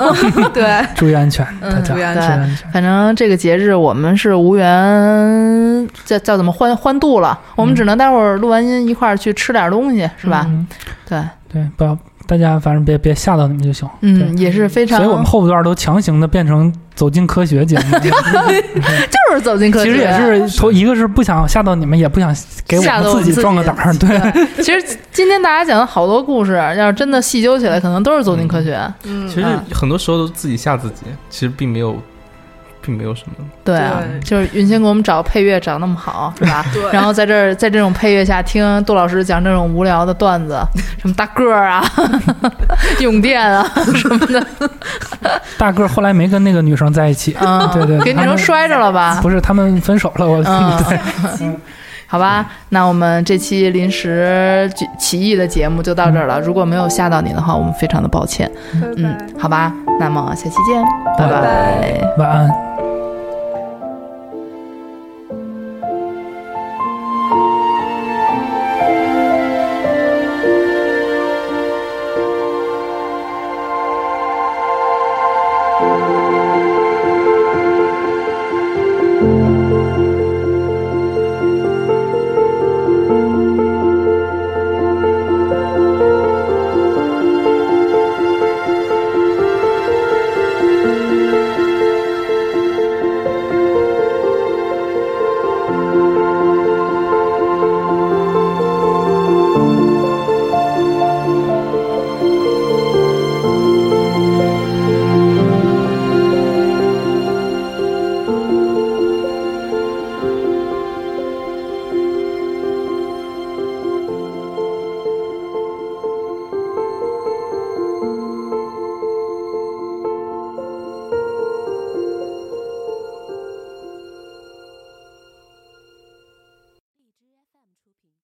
C: 对，
G: 注意安全，
D: 嗯
G: 大家
D: 注意安
G: 注意
D: 全
G: 安全。
D: 反正这个节日我们是无缘叫叫怎么欢欢度了，我们只能待会儿录完音一块儿去吃点东西，是吧？
G: 嗯
D: 对，
G: 对，不要大家反正别别吓到你们就行。对
D: 嗯，也是非常，
G: 所以我们后段都强行的变成走进科学节
D: (laughs)
G: 目，
D: 就是 (laughs) 走进科
G: (laughs) 其
D: 学，
G: 实也是从一个是不想吓到你们，也不想给我
D: 吓得
G: 们
D: 我
G: 自
D: 们
G: 己壮个胆儿，对，
D: 对，其实今天大家讲的好多故事，要是真的细究起来，可能都是走进科学。
H: 其实
D: 嗯啊
H: 很多时候都自己吓自己，其实并没有，并没有什么。
D: 对啊，
B: 对
D: 就是云仙给我们找配乐找那么好，是吧？对。 (laughs) 然后在这儿，在这种配乐下听杜老师讲这种无聊的段子，什么大个儿 (laughs) 啊、用电啊什么的，
G: 大个儿后来没跟那个女生在一起，
D: 嗯，
G: (laughs) 对对嗯
D: 给女
G: 他
D: 生
G: 们
D: 摔着了吧？
G: 不是他们分手了，我
D: 啊嗯
G: (laughs) 对，
D: 好吧，那我们这期临时起起义的节目就到这儿了。如果没有吓到你的话，我们非常的抱歉。嗯，好吧，那么下期见，拜
G: 拜
D: 拜
G: 晚安。